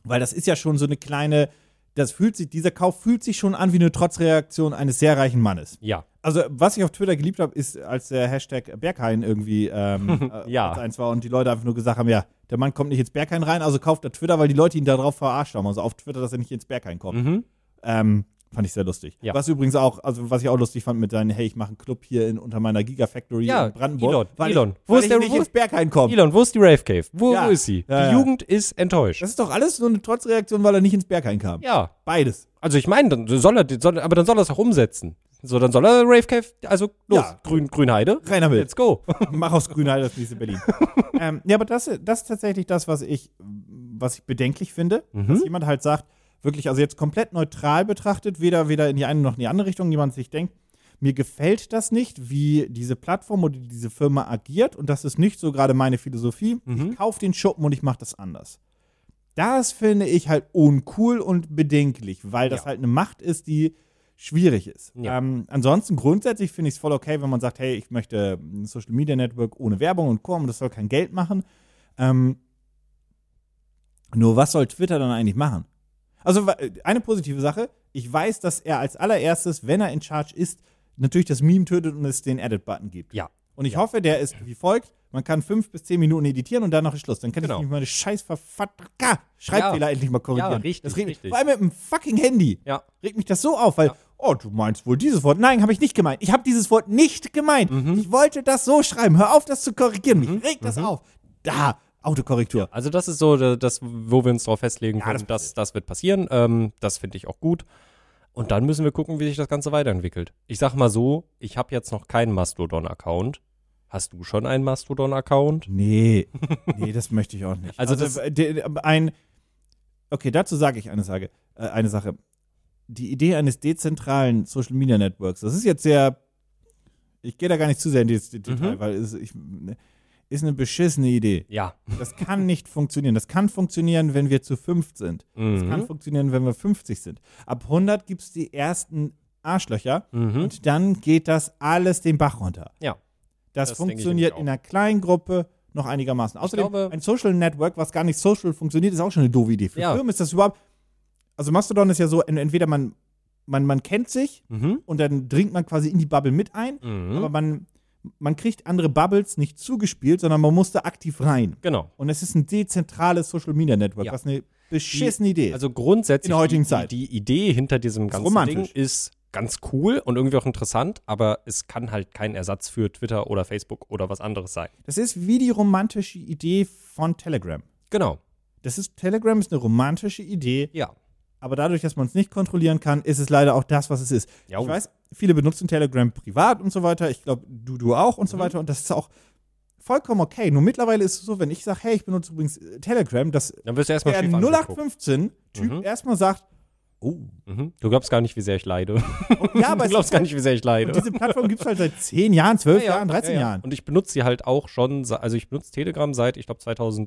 weil das ist ja schon so eine kleine, das fühlt sich, dieser Kauf fühlt sich schon an wie eine Trotzreaktion eines sehr reichen Mannes. Ja. Also, was ich auf Twitter geliebt habe, ist, als der Hashtag Berghain irgendwie ähm, äh, Ja. Platz eins war und die Leute einfach nur gesagt haben: Ja, der Mann kommt nicht ins Berghain rein, also kauft er Twitter, weil die Leute ihn da drauf verarscht haben. Also auf Twitter, dass er nicht ins Berghain kommt. Mhm. Ähm, fand ich sehr lustig. Ja. Was übrigens auch, also was ich auch lustig fand mit seinen, hey, ich mache einen Club hier in, unter meiner Gigafactory Ja, in Brandenburg. Elon, weil Elon. Ich, wo ist der, nicht wo- ins Berghain kommt. Elon, wo ist die Rave Cave? Wo, Ja. wo ist sie? Ja, ja. die Jugend ist enttäuscht. Das ist doch alles nur eine Trotzreaktion, weil er nicht ins Berghain kam. ja. Beides. Also ich meine, dann soll er, die- soll, aber dann soll er es auch umsetzen. So, dann soll er Rave Cave, also los, Ja. Grün, Grünheide, Rainer Wild. let's go. Mach aus Grünheide das nächste Berlin. ähm, ja, aber das, das ist tatsächlich das, was ich, was ich bedenklich finde, dass jemand halt sagt, wirklich, also jetzt komplett neutral betrachtet, weder, weder in die eine noch in die andere Richtung, jemand sich denkt, mir gefällt das nicht, wie diese Plattform oder diese Firma agiert und das ist nicht so gerade meine Philosophie. Ich kaufe den Schuppen und ich mache das anders. Das finde ich halt uncool und bedenklich, weil das Ja. halt eine Macht ist, die schwierig ist. Ja. Ähm, ansonsten grundsätzlich finde ich es voll okay, wenn man sagt, hey, ich möchte ein Social Media Network ohne Werbung und Kurm, das soll kein Geld machen. Ähm, nur was soll Twitter dann eigentlich machen? Also wa- eine positive Sache, ich weiß, dass er als allererstes, wenn er in Charge ist, natürlich das Meme tötet und es den Edit-Button gibt. Ja. Und ich hoffe, der ist wie folgt. Man kann fünf bis zehn Minuten editieren und danach ist Schluss. Dann kann Genau. ich nämlich meine scheiß Verfatka Schreibfehler Ja. endlich mal korrigieren. Ja, richtig, das regt, mich- richtig. Vor allem mit einem fucking Handy. Ja. Regt mich das so auf, weil, Ja. oh, du meinst wohl dieses Wort. Nein, habe ich nicht gemeint. Ich habe dieses Wort nicht gemeint. Mhm. Ich wollte das so schreiben. Hör auf, das zu korrigieren. Mich regt das auf. Da, Autokorrektur. Also das ist so da- das, wo wir uns darauf festlegen Ja, können, das das, das, wird passieren. Ähm, das finde ich auch gut. Und dann müssen wir gucken, wie sich das Ganze weiterentwickelt. Ich sag mal so, ich habe jetzt noch keinen Mastodon-Account. Hast du schon einen Mastodon-Account? Nee, nee, das möchte ich auch nicht. Also äh, de- ein, okay, dazu sage ich eine Sache, äh, eine Sache. Die Idee eines dezentralen Social Media Networks, das ist jetzt sehr, ich gehe da gar nicht zu sehr in das Detail, Mhm. weil es, ich, ne, ist eine beschissene Idee. Ja. Das kann nicht funktionieren. Das kann funktionieren, wenn wir zu fünft sind. Das Mhm. kann funktionieren, wenn wir 50 sind. Ab 100 gibt es die ersten Arschlöcher Mhm. und dann geht das alles den Bach runter. Ja. Das, Das denke ich funktioniert nämlich in einer kleinen Gruppe noch einigermaßen. Außerdem, glaube- ein Social Network, was gar nicht social funktioniert, ist auch schon eine doofe Idee. Für Ja. Firmen ist das überhaupt. Also Mastodon ist ja so, en- entweder man, man, man kennt sich Mhm. und dann dringt man quasi in die Bubble mit ein, aber Mhm. man, man kriegt andere Bubbles nicht zugespielt, sondern man musste aktiv rein. Genau. Und es ist ein dezentrales Social Media Network, Ja. was eine beschissene Idee ist. Also grundsätzlich In der heutigen die, Zeit. die Idee hinter diesem ganzen Ding romantisch. ist ganz cool und irgendwie auch interessant, aber es kann halt kein Ersatz für Twitter oder Facebook oder was anderes sein. das ist wie die romantische Idee von Telegram. Genau. Das ist, Telegram ist eine romantische Idee, Ja. aber dadurch, dass man es nicht kontrollieren kann, ist es leider auch das, was es ist. Ja, oh. Ich weiß, viele benutzen Telegram privat und so weiter. Ich glaube, du, du auch Mhm. und so weiter. Und das ist auch vollkommen okay. Nur mittlerweile ist es so, wenn ich sage, hey, ich benutze übrigens äh, Telegram, dass Dann wirst du erstmal der schief angeguckt. 0815-Typ Mhm. erstmal sagt, oh, Mhm. Du glaubst gar nicht, wie sehr ich leide. ja, aber Du es glaubst ist gar halt, nicht, wie sehr ich leide. und diese Plattform gibt es halt seit 10 Jahren, 12 Jahren, 13 ja, ja. Jahren. Und ich benutze sie halt auch schon, se- also ich benutze Telegram seit, ich glaube,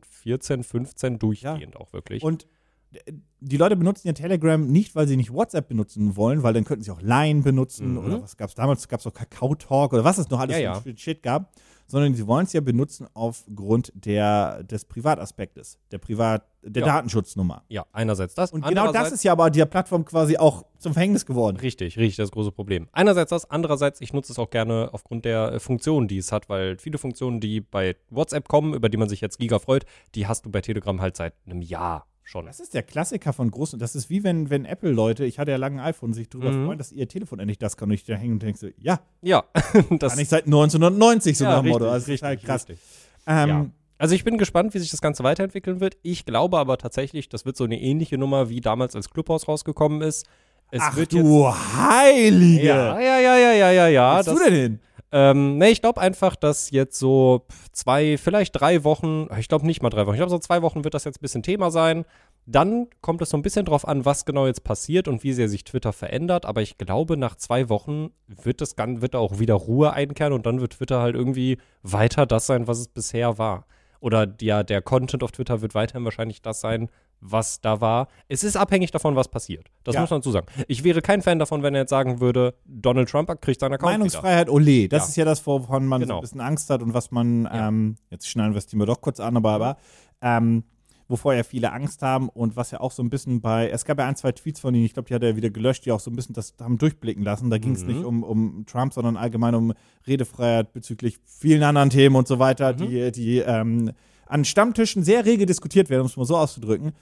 2014, 15 durchgehend auch wirklich. Und d- die Leute benutzen ja Telegram nicht, weil sie nicht WhatsApp benutzen wollen, weil dann könnten sie auch Line benutzen Mhm. oder was gab's damals? Gab's auch Kakao Talk oder was es noch alles Ja, für Shit gab, sondern sie wollen es ja benutzen aufgrund der, des Privataspektes, der Privat, der Ja. Datenschutznummer. ja, einerseits das. Und genau das andererseits- ist ja aber der Plattform quasi auch zum Verhängnis geworden. Richtig, richtig, das große Problem. Einerseits das, andererseits, ich nutze es auch gerne aufgrund der äh, Funktionen, die es hat, weil viele Funktionen, die bei WhatsApp kommen, über die man sich jetzt giga freut, die hast du bei Telegram halt seit einem Jahr schon. Das ist der Klassiker von großen. Das ist wie wenn, wenn Apple-Leute, ich hatte ja lange ein iPhone, sich darüber Mhm. freuen, dass ihr Telefon endlich das kann. Und ich da hänge und denke so, ja, Ja, das kann ich seit 1990 so ja, nach dem richtig, Motto. Das ist richtig, halt krass. richtig. Ähm, Ja. Also ich bin gespannt, wie sich das Ganze weiterentwickeln wird. Ich glaube aber tatsächlich, das wird so eine ähnliche Nummer, wie damals als Clubhouse rausgekommen ist. Es Ach wird du Jetzt, Heilige! ja, ja, ja, ja, ja, ja, ja. Was Das, du denn hin? ähm, nee, ich glaube einfach, dass jetzt so pf, zwei, vielleicht drei Wochen, ah, ich glaube nicht mal drei Wochen, ich glaube so zwei Wochen wird das jetzt ein bisschen Thema sein. Dann kommt es so ein bisschen drauf an, was genau jetzt passiert und wie sehr sich Twitter verändert. Aber ich glaube, nach zwei Wochen wird das Ganze, wird da auch wieder Ruhe einkehren und dann wird Twitter halt irgendwie weiter das sein, was es bisher war. Oder der, der Content auf Twitter wird weiterhin wahrscheinlich das sein, was da war. Es ist abhängig davon, was passiert. Das Ja. muss man dazu sagen. Ich wäre kein Fan davon, wenn er jetzt sagen würde, Donald Trump kriegt seinen Account wieder. Meinungsfreiheit, ole. Das Ja. ist ja das, wovon man so Genau. ein bisschen Angst hat und was man, Ja. ähm, jetzt schneiden wir das Thema doch kurz an, aber, aber ähm, wovor ja viele Angst haben und was ja auch so ein bisschen bei, es gab ja ein, zwei Tweets von ihnen, ich glaube, die hat er wieder gelöscht, die auch so ein bisschen das haben durchblicken lassen. Da ging es Mhm. nicht um, um Trump, sondern allgemein um Redefreiheit bezüglich vielen anderen Themen und so Mhm. weiter, die, die ähm, an Stammtischen sehr rege diskutiert werden, um es mal so auszudrücken.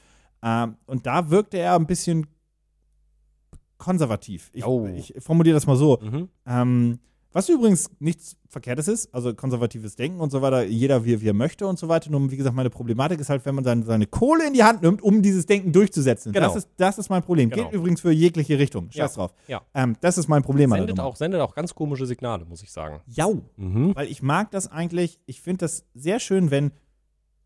Ähm, und da wirkte er ein bisschen konservativ. Ich, Oh. ich formuliere das mal so. Mhm. Ähm, was übrigens nichts Verkehrtes ist, also konservatives Denken und so weiter, jeder wie, wie er möchte und so weiter. Nur wie gesagt, meine Problematik ist halt, wenn man seine, seine Kohle in die Hand nimmt, um dieses Denken durchzusetzen. Genau. Das, ist, das ist mein Problem. Genau. Geht übrigens für jegliche Richtung. Scheiß Ja. drauf. Ja. Ähm, das ist mein Problem. an der Sendet, Nummer. auch, sendet auch ganz komische Signale, muss ich sagen. Jau. Mhm. Weil ich mag das eigentlich, ich finde das sehr schön, wenn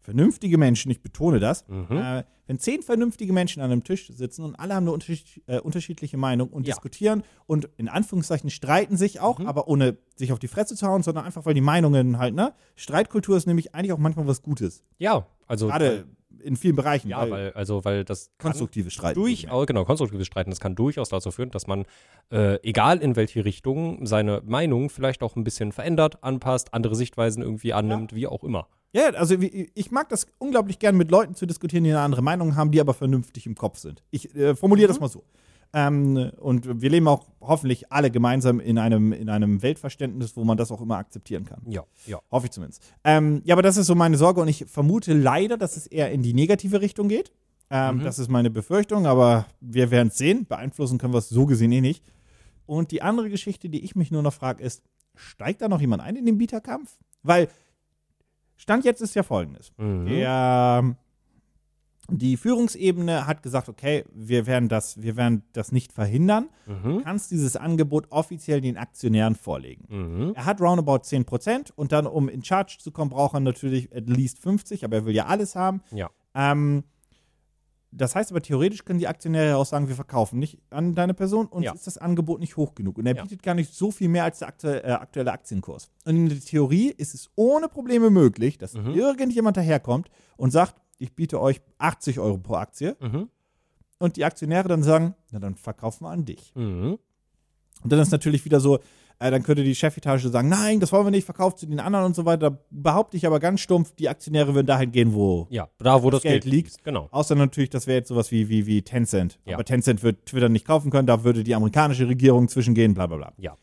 vernünftige Menschen, ich betone das, Mhm. äh, wenn zehn vernünftige Menschen an einem Tisch sitzen und alle haben eine unterschied- äh, unterschiedliche Meinung und Ja. diskutieren und in Anführungszeichen streiten sich auch, Mhm. aber ohne sich auf die Fresse zu hauen, sondern einfach, weil die Meinungen halt, ne? Streitkultur ist nämlich eigentlich auch manchmal was Gutes. Ja, also. Gerade in vielen Bereichen. ja, weil, also, weil das kann konstruktive Streiten. durchaus, genau, konstruktives Streiten, das kann durchaus dazu führen, dass man, äh, egal in welche Richtung, seine Meinung vielleicht auch ein bisschen verändert, anpasst, andere Sichtweisen irgendwie annimmt, wie auch immer. Ja, also wie- ich mag das unglaublich gern, mit Leuten zu diskutieren, die eine andere Meinung haben, die aber vernünftig im Kopf sind. Ich äh, formuliere das mal so. Ähm, und wir leben auch hoffentlich alle gemeinsam in einem, in einem Weltverständnis, wo man das auch immer akzeptieren kann. Ja, ja. Hoffe ich zumindest. Ähm, ja, aber das ist so meine Sorge und ich vermute leider, dass es eher in die negative Richtung geht. Ähm, Das ist meine Befürchtung, aber wir werden es sehen. Beeinflussen können wir es so gesehen eh nicht. Und die andere Geschichte, die ich mich nur noch frage, ist, steigt da noch jemand ein in den Bieterkampf? Weil Stand jetzt ist ja folgendes. Mhm. Der, die Führungsebene hat gesagt, okay, wir werden das, wir werden das nicht verhindern. Du Mhm. kannst dieses Angebot offiziell den Aktionären vorlegen. Mhm. Er hat roundabout 10% und dann, um in Charge zu kommen, braucht er natürlich at least 50, aber er will ja alles haben. Ja. Ähm, das heißt aber, theoretisch können die Aktionäre ja auch sagen, wir verkaufen nicht an deine Person und Ja. ist das Angebot nicht hoch genug. Und er Ja. bietet gar nicht so viel mehr als der aktu äh, aktuelle Aktienkurs. Und in der Theorie ist es ohne Probleme möglich, dass Mhm. irgendjemand daherkommt und sagt, ich biete euch 80 Euro pro Aktie Mhm. und die Aktionäre dann sagen, na dann verkaufen wir an dich. Mhm. Und dann ist natürlich wieder so, äh, dann könnte die Chefetage sagen, nein, das wollen wir nicht, verkauft zu den anderen und so weiter. Da Behaupte ich aber ganz stumpf, die Aktionäre würden dahin gehen, wo. Ja, da wo Das das, Geld Geld, liegt. Genau. Außer natürlich, das wäre jetzt sowas wie, wie, wie Tencent. Ja. Aber Tencent wird Twitter nicht kaufen können, da würde die amerikanische Regierung zwischengehen, bla bla bla. Ja.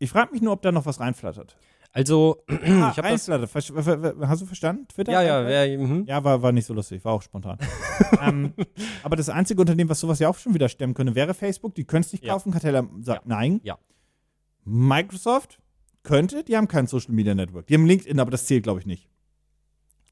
Ich frage mich nur, ob da noch was reinflattert. Also, Ah, ich habe das. reinflattert. Versch- ver- ver- Hast du verstanden? Twitter? Ja, ja, Reinflattert? wer, mhm. Ja, war, war nicht so lustig, war auch spontan. ähm, aber das einzige Unternehmen, was sowas ja auch schon wieder stemmen könnte, wäre Facebook. Die können es nicht Ja. kaufen. Kartella sagt nein. Ja. Microsoft könnte, die haben kein Social Media Network. Die haben LinkedIn, aber das zählt, glaube ich, nicht.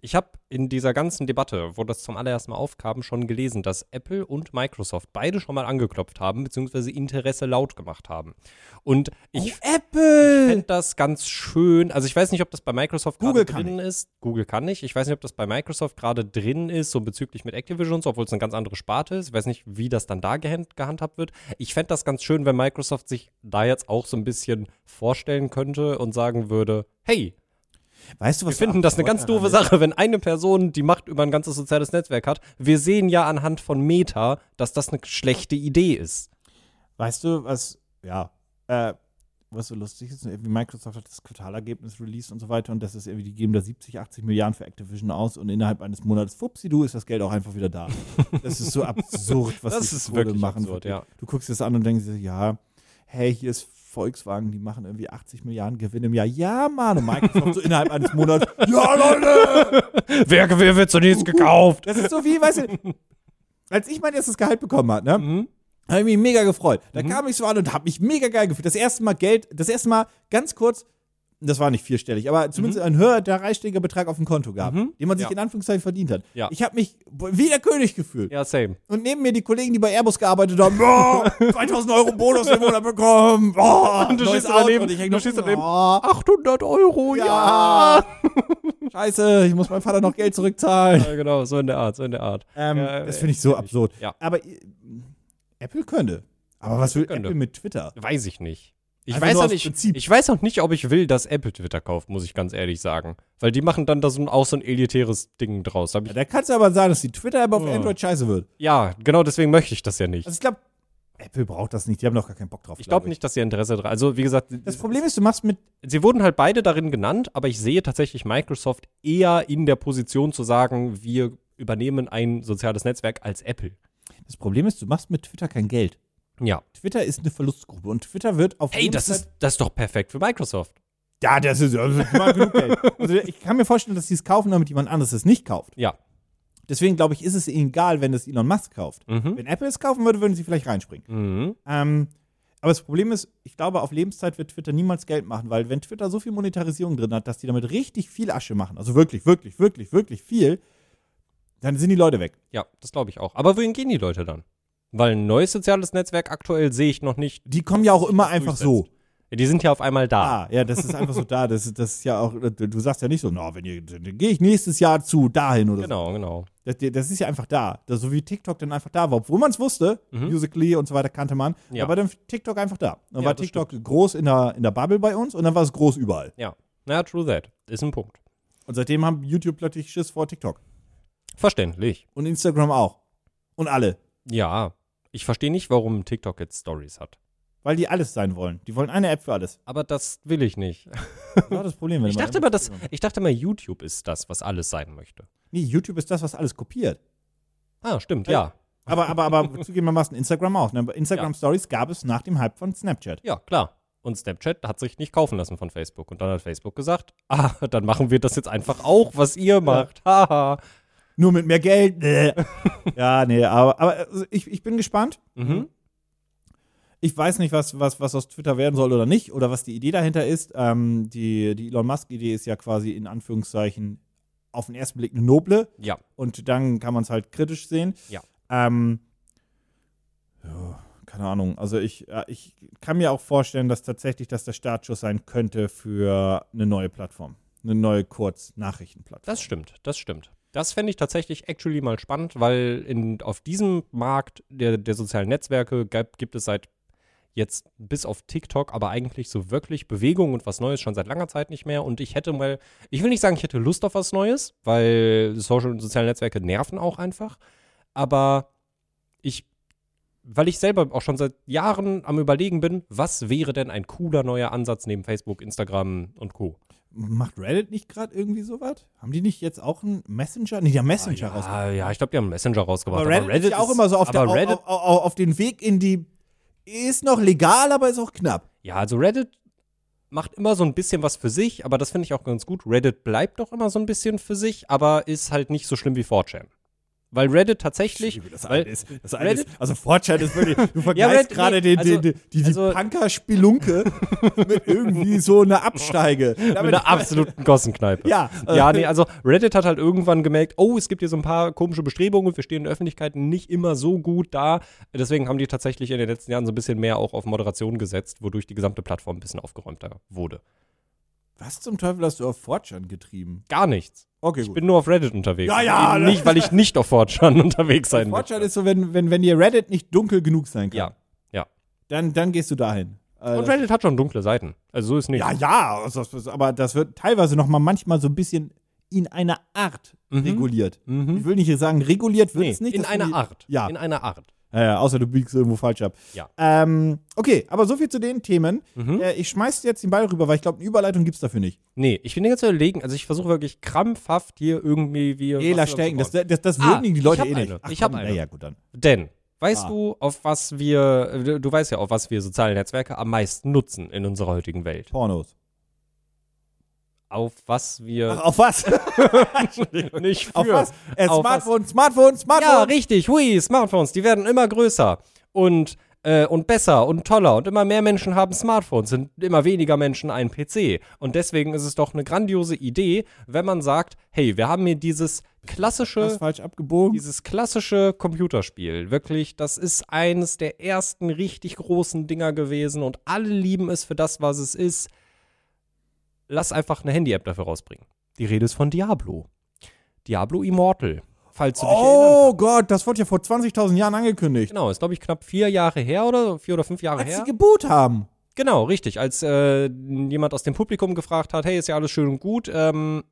Ich habe in dieser ganzen Debatte, wo das zum allerersten Mal aufkam, schon gelesen, dass Apple und Microsoft beide schon mal angeklopft haben, beziehungsweise Interesse laut gemacht haben. Und ich Oh, Apple! fände das ganz schön. Also ich weiß nicht, ob das bei Microsoft Google gerade kann drin ist. Google kann nicht. Ich weiß nicht, ob das bei Microsoft gerade drin ist, so bezüglich mit Activision, und so, obwohl es eine ganz andere Sparte ist. Ich weiß nicht, wie das dann da gehand gehandhabt wird. Ich fände das ganz schön, wenn Microsoft sich da jetzt auch so ein bisschen vorstellen könnte und sagen würde, hey, Weißt du, was wir finden das eine ganz doofe Sache, wenn eine Person die Macht über ein ganzes soziales Netzwerk hat. Wir sehen ja anhand von Meta, dass das eine schlechte Idee ist. Weißt du, was, ja, äh, was so lustig ist, irgendwie Microsoft hat das Quartalergebnis released und so weiter und das ist irgendwie, die geben da 70, 80 Milliarden für Activision aus und innerhalb eines Monats, fupsidu, ist das Geld auch einfach wieder da. Das ist so absurd, was Das die ist Kohle wirklich machen absurd, wird. ja. Du guckst es an und denkst dir, ja, hey, hier ist Volkswagen, die machen irgendwie 80 Milliarden Gewinn im Jahr. Ja, Mann, und Microsoft so innerhalb eines Monats, ja, Leute! Wer, wer wird zunächst gekauft? Das ist so wie, weißt du, als ich mein erstes Gehalt bekommen hat, ne? Mhm. Habe ich mich mega gefreut. Da kam ich so an und habe mich mega geil gefühlt. Das erste Mal Geld, das erste Mal ganz kurz, das war nicht vierstellig, aber zumindest ein höher dreistelliger Betrag auf dem Konto gab, Mhm. den man sich Ja. in Anführungszeichen verdient hat. Ja. Ich habe mich wie der König gefühlt. Ja, same. Und neben mir die Kollegen, die bei Airbus gearbeitet haben, boah, 2000 Euro Bonus im Monat bekommen, boah, Und du neues stehst daneben, Auto. und ich häng du noch- stehst daneben. Oh, 800 Euro, ja. Scheiße, ich muss meinem Vater noch Geld zurückzahlen. Ja, genau, so in der Art, so in der Art. Ähm, Ja, das äh, finde ich so absurd. Ja. Aber äh, Apple könnte. Aber was will Könnte. Apple mit Twitter? Weiß ich nicht. Ich Einfach weiß, nur auch aus nicht, Prinzip. ich weiß auch nicht, ob ich will, dass Apple Twitter kauft, muss ich ganz ehrlich sagen. Weil die machen dann da so ein, auch so ein elitäres Ding draus. Hab Ja, ich, da kannst du aber sagen, dass die Twitter-App auf Ja. Android scheiße wird. ja, genau deswegen möchte ich das ja nicht. Also ich glaube, Apple braucht das nicht. Die haben doch gar keinen Bock drauf. ich glaube nicht, dass ihr Interesse dran. Also, wie gesagt, Das Problem ist, du machst mit. sie wurden halt beide darin genannt, aber ich sehe tatsächlich Microsoft eher in der Position zu sagen, wir übernehmen ein soziales Netzwerk als Apple. Das Problem ist, du machst mit Twitter kein Geld. Ja. Twitter ist eine Verlustgruppe und Twitter wird auf Ey, das Zeit ist, das ist doch perfekt für Microsoft. Ja, das ist, das ist mal genug Geld. Also ich kann mir vorstellen, dass die es kaufen, damit jemand anderes es nicht kauft. Ja. Deswegen glaube ich, ist es ihnen egal, wenn es Elon Musk kauft. Mhm. Wenn Apple es kaufen würde, würden sie vielleicht reinspringen. Mhm. Ähm, aber das Problem ist, ich glaube, auf Lebenszeit wird Twitter niemals Geld machen, weil wenn Twitter so viel Monetarisierung drin hat, dass die damit richtig viel Asche machen, also wirklich, wirklich, wirklich, wirklich viel, dann sind die Leute weg. Ja, das glaube ich auch. Aber wohin gehen die Leute dann? Weil ein neues soziales Netzwerk aktuell sehe ich noch nicht. Die kommen ja auch immer einfach so. Die sind ja auf einmal da. Ah, ja, das ist einfach so da. Das, ist- das ist ja auch, du sagst ja nicht so, na, wenn ihr, dann gehe ich nächstes Jahr zu dahin oder so. Genau, genau. Das, das ist ja einfach da. Das, so wie TikTok dann einfach da war. Obwohl man es wusste, Mhm. Musically und so weiter kannte man. Ja. Aber dann TikTok einfach da. Dann Ja, war das TikTok groß in der, in der Bubble bei uns und dann war es groß überall. Ja. Na, true that. Ist ein Punkt. Und seitdem haben YouTube plötzlich Schiss vor TikTok. Verständlich. Und Instagram auch. Und alle. Ja. Ich verstehe nicht, warum TikTok jetzt Stories hat. Weil die alles sein wollen. Die wollen eine App für alles. Aber das will ich nicht. Das war das Problem. Wenn Ich man dachte einfach- immer, das, ich dachte immer, YouTube ist das, was alles sein möchte. Nee, YouTube ist das, was alles kopiert. Ah, stimmt, ja. Aber, aber, aber zugegebenmaßen Instagram auch. Ne? Instagram Stories gab es nach dem Hype von Snapchat. Ja, klar. Und Snapchat hat sich nicht kaufen lassen von Facebook. Und dann hat Facebook gesagt, ah, dann machen wir das jetzt einfach auch, was ihr macht. Haha. Nur mit mehr Geld. Bäh. ja, nee, aber, aber also ich, ich bin gespannt. Mhm. Ich weiß nicht, was, was, was aus Twitter werden soll oder nicht, oder was die Idee dahinter ist. Ähm, die, die Elon Musk-Idee ist ja quasi in Anführungszeichen auf den ersten Blick eine noble Ja, und dann kann man es halt kritisch sehen. Ja. Ähm, ja, keine Ahnung. Also ich, äh, ich kann mir auch vorstellen, dass tatsächlich das der Startschuss sein könnte für eine neue Plattform. Eine neue Kurznachrichtenplattform. das stimmt, das stimmt. Das fände ich tatsächlich actually mal spannend, weil in, auf diesem Markt der, der sozialen Netzwerke gab, gibt es seit jetzt bis auf TikTok, aber eigentlich so wirklich Bewegung und was Neues schon seit langer Zeit nicht mehr. Und ich hätte mal, ich will nicht sagen, ich hätte Lust auf was Neues, weil Social und soziale Netzwerke nerven auch einfach. Aber ich, weil ich selber auch schon seit Jahren am Überlegen bin, was wäre denn ein cooler neuer Ansatz neben Facebook, Instagram und Co. Macht Reddit nicht gerade irgendwie sowas? Haben die nicht jetzt auch einen Messenger? Nee, die haben Messenger Ah, ja, rausgebracht. Ja, ich glaube, die haben einen Messenger rausgebracht. Aber Reddit, ist ja auch immer so auf, aber der, Reddit, auf, auf, auf, auf den Weg in die ist noch legal, aber ist auch knapp. Ja, also Reddit macht immer so ein bisschen was für sich, aber das finde ich auch ganz gut. Reddit bleibt auch immer so ein bisschen für sich, aber ist halt nicht so schlimm wie 4chan. Weil Reddit tatsächlich. Das weil, eine ist, das eine ist, Reddit- also Fortschritt ist wirklich, du vergleichst Reddit- gerade nee, den, also- den, den, die, die also- Punker-Spelunke mit irgendwie so einer Absteige. mit einer absoluten Gossenkneipe. Ja. äh, Ja, nee, also Reddit hat halt irgendwann gemerkt, oh, es gibt hier so ein paar komische Bestrebungen und wir stehen in der Öffentlichkeit nicht immer so gut da. Deswegen haben die tatsächlich in den letzten Jahren so ein bisschen mehr auch auf Moderation gesetzt, wodurch die gesamte Plattform ein bisschen aufgeräumter wurde. Was zum Teufel hast du auf Fortschritt getrieben? Gar nichts. Okay, Ich bin nur auf Reddit unterwegs. Ja, ja, Eben ne? Nicht, weil ich nicht auf 4chan unterwegs sein möchte. Fortschritt ist so, wenn, wenn, wenn dir Reddit nicht dunkel genug sein kann, Ja, ja. dann, dann gehst du dahin. Äh, Und Reddit hat schon dunkle Seiten. Also so ist nicht. Ja, ja, also das- das- aber das wird teilweise noch mal manchmal so ein bisschen in einer Art Mhm. reguliert. Mhm. Ich will nicht sagen, reguliert wird nee, es nicht. in das sind einer die- Art. Ja. In einer Art. Ja, ja, außer du biegst irgendwo falsch ab. Ja. Ähm, okay, aber so viel zu den Themen. Mhm. Äh, ich schmeiß jetzt den Ball rüber, weil ich glaube, eine Überleitung gibt's dafür nicht. Nee, ich bin die ganze Zeit überlegen. Also ich versuche wirklich krampfhaft hier irgendwie wie. Ela was stecken, das, aufzubauen. das, das Ah, würdigen die ich Leute hab eh nicht. eine. Ich hab komm, eine. Na ja, gut dann. Denn, weißt Ah. du, auf was wir, du- du weißt ja, auf was wir soziale Netzwerke am meisten nutzen in unserer heutigen Welt. Pornos. Auf was wir Ach, auf was? nicht Äh, für. auf was? Äh, Auf was? Smartphone, Smartphone, Ja, Smartphone. richtig. Hui, Smartphones, die werden immer größer und, äh, und besser und toller. Und immer mehr Menschen haben Smartphones, sind immer weniger Menschen einen PC. Und deswegen ist es doch eine grandiose Idee, wenn man sagt, hey, wir haben hier dieses das ist klassische, falsch abgebogen. dieses klassische Computerspiel. Wirklich, das ist eines der ersten richtig großen Dinger gewesen und alle lieben es für das, was es ist. Lass einfach eine Handy-App dafür rausbringen. Die Rede ist von Diablo. Diablo Immortal. Falls du dich erinnern kannst. Oh Gott, das wurde ja vor 20.000 Jahren angekündigt. Genau, ist glaube ich knapp vier Jahre her oder so, vier oder fünf Jahre Als her. sie geboot haben. Genau, richtig. Als äh, jemand aus dem Publikum gefragt hat, hey, ist ja alles schön und gut, ähm,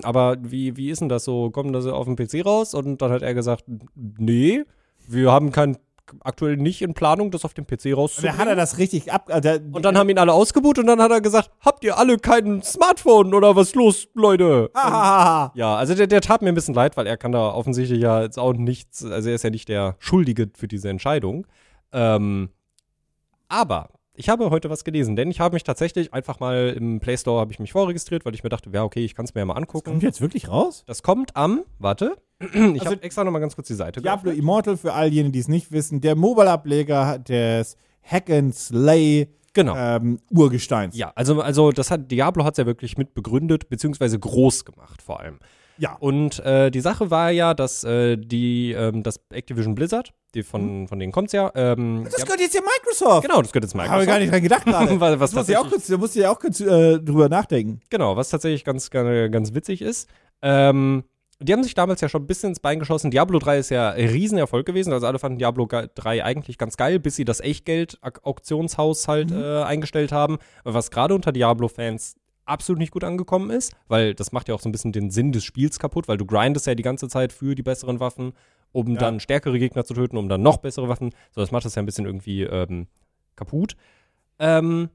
aber wie, wie ist denn das so? Kommen das auf dem PC raus? Und dann hat er gesagt, nee, wir haben keinen aktuell nicht in Planung, das auf dem PC Da rauszubringen. hat er das richtig ab. äh, Der, und dann haben ihn alle ausgebucht und dann hat er gesagt, habt ihr alle kein Smartphone oder was los, Leute? ah, Ja, also der, der tat mir ein bisschen leid, weil er kann da offensichtlich ja jetzt auch nichts, also er ist ja nicht der Schuldige für diese Entscheidung. Ähm, aber ich habe heute was gelesen, denn ich habe mich tatsächlich einfach mal im Play Store habe ich mich vorregistriert, weil ich mir dachte, ja okay, ich kann es mir ja mal angucken. kommt jetzt wirklich raus? Das kommt am, warte, ich Also- habe extra noch mal ganz kurz die Seite. Diablo Immortal für all jene, die es nicht wissen, der Mobile-Ableger des Hack and Slay Genau. ähm, Urgesteins. Ja, also, also das hat, Diablo hat es ja wirklich mit begründet, beziehungsweise groß gemacht vor allem. Ja. Und äh, die Sache war ja, dass äh, die, ähm, das Activision Blizzard, die von, von denen kommt es ja, ähm, Mhm. Das ja, gehört jetzt ja Microsoft. genau, das gehört jetzt Habe ich gar Microsoft. nicht dran gedacht gerade. Was- was da musst du ja auch tatsächlich- kurz, da musst du ja auch kurz äh, drüber nachdenken. Genau, was tatsächlich ganz, ganz, ganz witzig ist. Ähm, die haben sich damals ja schon ein bisschen ins Bein geschossen. Diablo 3 ist ja ein Riesenerfolg gewesen. Also alle fanden Diablo ge- 3 eigentlich ganz geil, bis sie das Echtgeld-Auktionshaus halt Mhm. äh, eingestellt haben, was gerade unter Diablo-Fans absolut nicht gut angekommen ist, weil das macht ja auch so ein bisschen den Sinn des Spiels kaputt, weil du grindest ja die ganze Zeit für die besseren Waffen, um Ja. dann stärkere Gegner zu töten, um dann noch bessere Waffen. So, das macht das ja ein bisschen irgendwie ähm, kaputt. Ähm,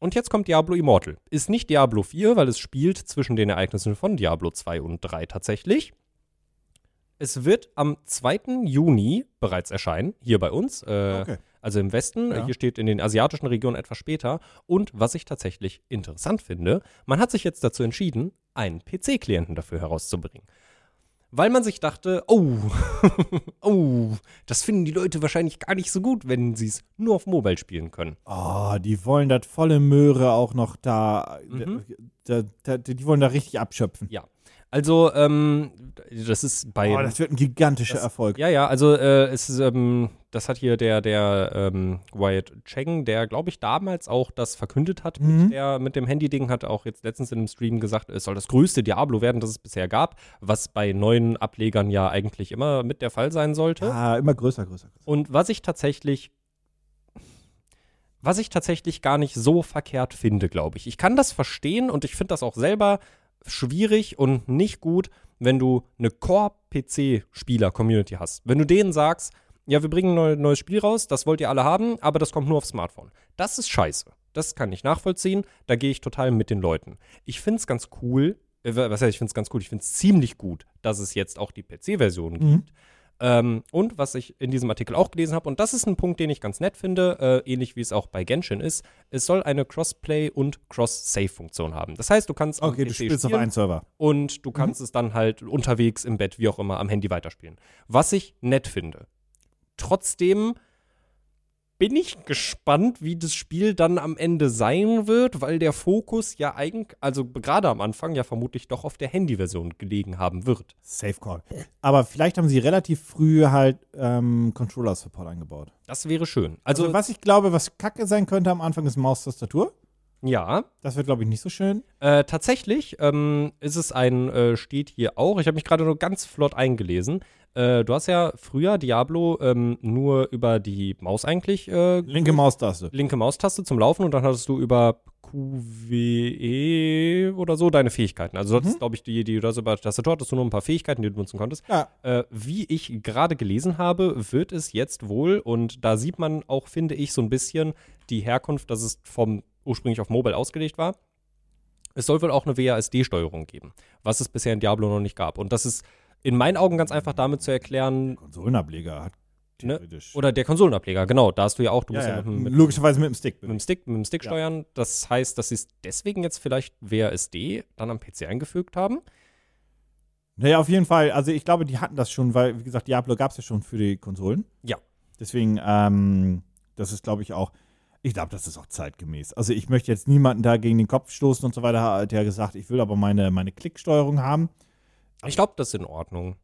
und jetzt kommt Diablo Immortal. Ist nicht Diablo 4, weil es spielt zwischen den Ereignissen von Diablo 2 und 3 tatsächlich. Es wird am 2. Juni bereits erscheinen, hier bei uns, äh, Okay. also im Westen. Ja. Hier steht in den asiatischen Regionen etwas später. Und was ich tatsächlich interessant finde, man hat sich jetzt dazu entschieden, einen PC-Klienten dafür herauszubringen. Weil man sich dachte, oh, oh, das finden die Leute wahrscheinlich gar nicht so gut, wenn sie es nur auf Mobile spielen können. Oh, die wollen das volle Möhre auch noch da, äh, Mhm. da, da, die wollen da richtig abschöpfen. Ja. Also, ähm, das ist bei. Oh, das wird ein gigantischer Erfolg. ja, ja, also äh, es ist, ähm, das hat hier der, der ähm, Wyatt Cheng, der, glaube ich, damals auch das verkündet hat Mhm. mit, der, mit dem Handy-Ding, hat auch jetzt letztens in einem Stream gesagt, es soll das größte Diablo werden, das es bisher gab, was bei neuen Ablegern ja eigentlich immer mit der Fall sein sollte. Ah, immer größer, größer, größer. Und was ich tatsächlich, was ich tatsächlich gar nicht so verkehrt finde, glaube ich. Ich kann das verstehen und ich finde das auch selber schwierig und nicht gut, wenn du eine Core-PC-Spieler-Community hast. Wenn du denen sagst, ja, wir bringen ein neu- neues Spiel raus, das wollt ihr alle haben, aber das kommt nur aufs Smartphone. Das ist scheiße. Das kann ich nachvollziehen, da gehe ich total mit den Leuten. Ich finde es ganz cool, äh, was heißt, ich finde es ganz cool, ich finde es ziemlich gut, dass es jetzt auch die PC-Version gibt. Mhm. Ähm, und was ich in diesem Artikel auch gelesen habe, und das ist ein Punkt, den ich ganz nett finde, äh, ähnlich wie es auch bei Genshin ist, es soll eine Crossplay- und Cross-Save-Funktion haben. Das heißt, du kannst am Okay, du PC spielst auf Mhm. spielen einen Server. und du kannst es dann halt unterwegs im Bett, wie auch immer, am Handy weiterspielen. Was ich nett finde. Trotzdem bin ich gespannt, wie das Spiel dann am Ende sein wird, weil der Fokus ja eigentlich, also gerade am Anfang ja vermutlich doch auf der Handyversion gelegen haben wird. Safe Call. Aber vielleicht haben sie relativ früh halt ähm, Controller-Support eingebaut. Das wäre schön. Also, Also, was ich glaube, was kacke sein könnte am Anfang, ist Maustastatur. ja. Das wird, glaube ich, nicht so schön. Äh, tatsächlich ähm, ist es ein, äh, steht hier auch, ich habe mich gerade nur ganz flott eingelesen. Äh, du hast ja früher Diablo ähm, nur über die Maus eigentlich, äh, Linke Maustaste. linke Maustaste zum Laufen und dann hattest du über QWE oder so deine Fähigkeiten. Also, das ist, glaube ich, die, die du hast über Tastatur hattest du nur ein paar Fähigkeiten, die du benutzen konntest. Ja. Äh, wie ich gerade gelesen habe, wird es jetzt wohl, und da sieht man auch, finde ich, so ein bisschen die Herkunft, dass es vom ursprünglich auf Mobile ausgelegt war. Es soll wohl auch eine WASD-Steuerung geben, was es bisher in Diablo noch nicht gab. Und das ist in meinen Augen ganz einfach damit zu erklären, Konsolenableger hat Ne? theoretisch. oder der Konsolenableger, genau, da hast du ja auch, du ja, musst ja, ja, mit dem- mit logischerweise mit dem Stick. mit dem Stick, mit dem Stick Ja. steuern. Das heißt, dass sie es deswegen jetzt vielleicht WASD dann am PC eingefügt haben. Naja, auf jeden Fall. Also ich glaube, die hatten das schon, weil, wie gesagt, Diablo gab es ja schon für die Konsolen. Ja. Deswegen, ähm, das ist, glaube ich, auch, ich glaube, das ist auch zeitgemäß. Also ich möchte jetzt niemanden da gegen den Kopf stoßen und so weiter, der gesagt, ich will aber meine, meine Klicksteuerung haben. Ich glaube, das ist in Ordnung.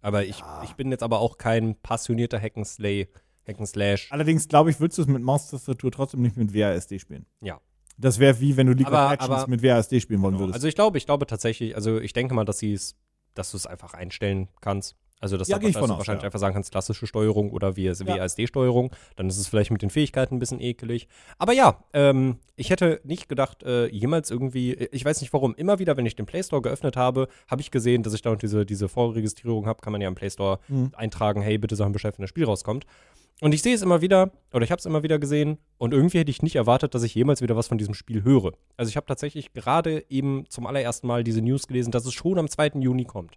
Aber ich, Ja. ich bin jetzt aber auch kein passionierter Hackenslay, Hackenslash. Allerdings, glaube ich, würdest du es mit Maustastatur trotzdem nicht mit WASD spielen. Ja. Also, Das wäre wie, wenn du League Aber- of Legends aber- Genau, mit WASD spielen wollen würdest. also ich glaube, ich glaube tatsächlich, also ich denke mal, dass sie es, dass du es einfach einstellen kannst. Also das Ja, hat, geh ich dass von du aus, wahrscheinlich ja. einfach sagen kannst, klassische Steuerung oder WS Ja. WASD-Steuerung. Dann ist es vielleicht mit den Fähigkeiten ein bisschen ekelig. Aber ja, ähm, ich hätte nicht gedacht, äh, jemals irgendwie, äh, ich weiß nicht warum, immer wieder, wenn ich den Play Store geöffnet habe, habe ich gesehen, dass ich da noch diese, diese Vorregistrierung habe, kann man ja im Play Store Mhm. eintragen, hey, bitte Sachen beschäftigen, wenn das Spiel rauskommt. Und ich sehe es immer wieder, oder ich habe es immer wieder gesehen, und irgendwie hätte ich nicht erwartet, dass ich jemals wieder was von diesem Spiel höre. Also ich habe tatsächlich gerade eben zum allerersten Mal diese News gelesen, dass es schon am 2. Juni kommt.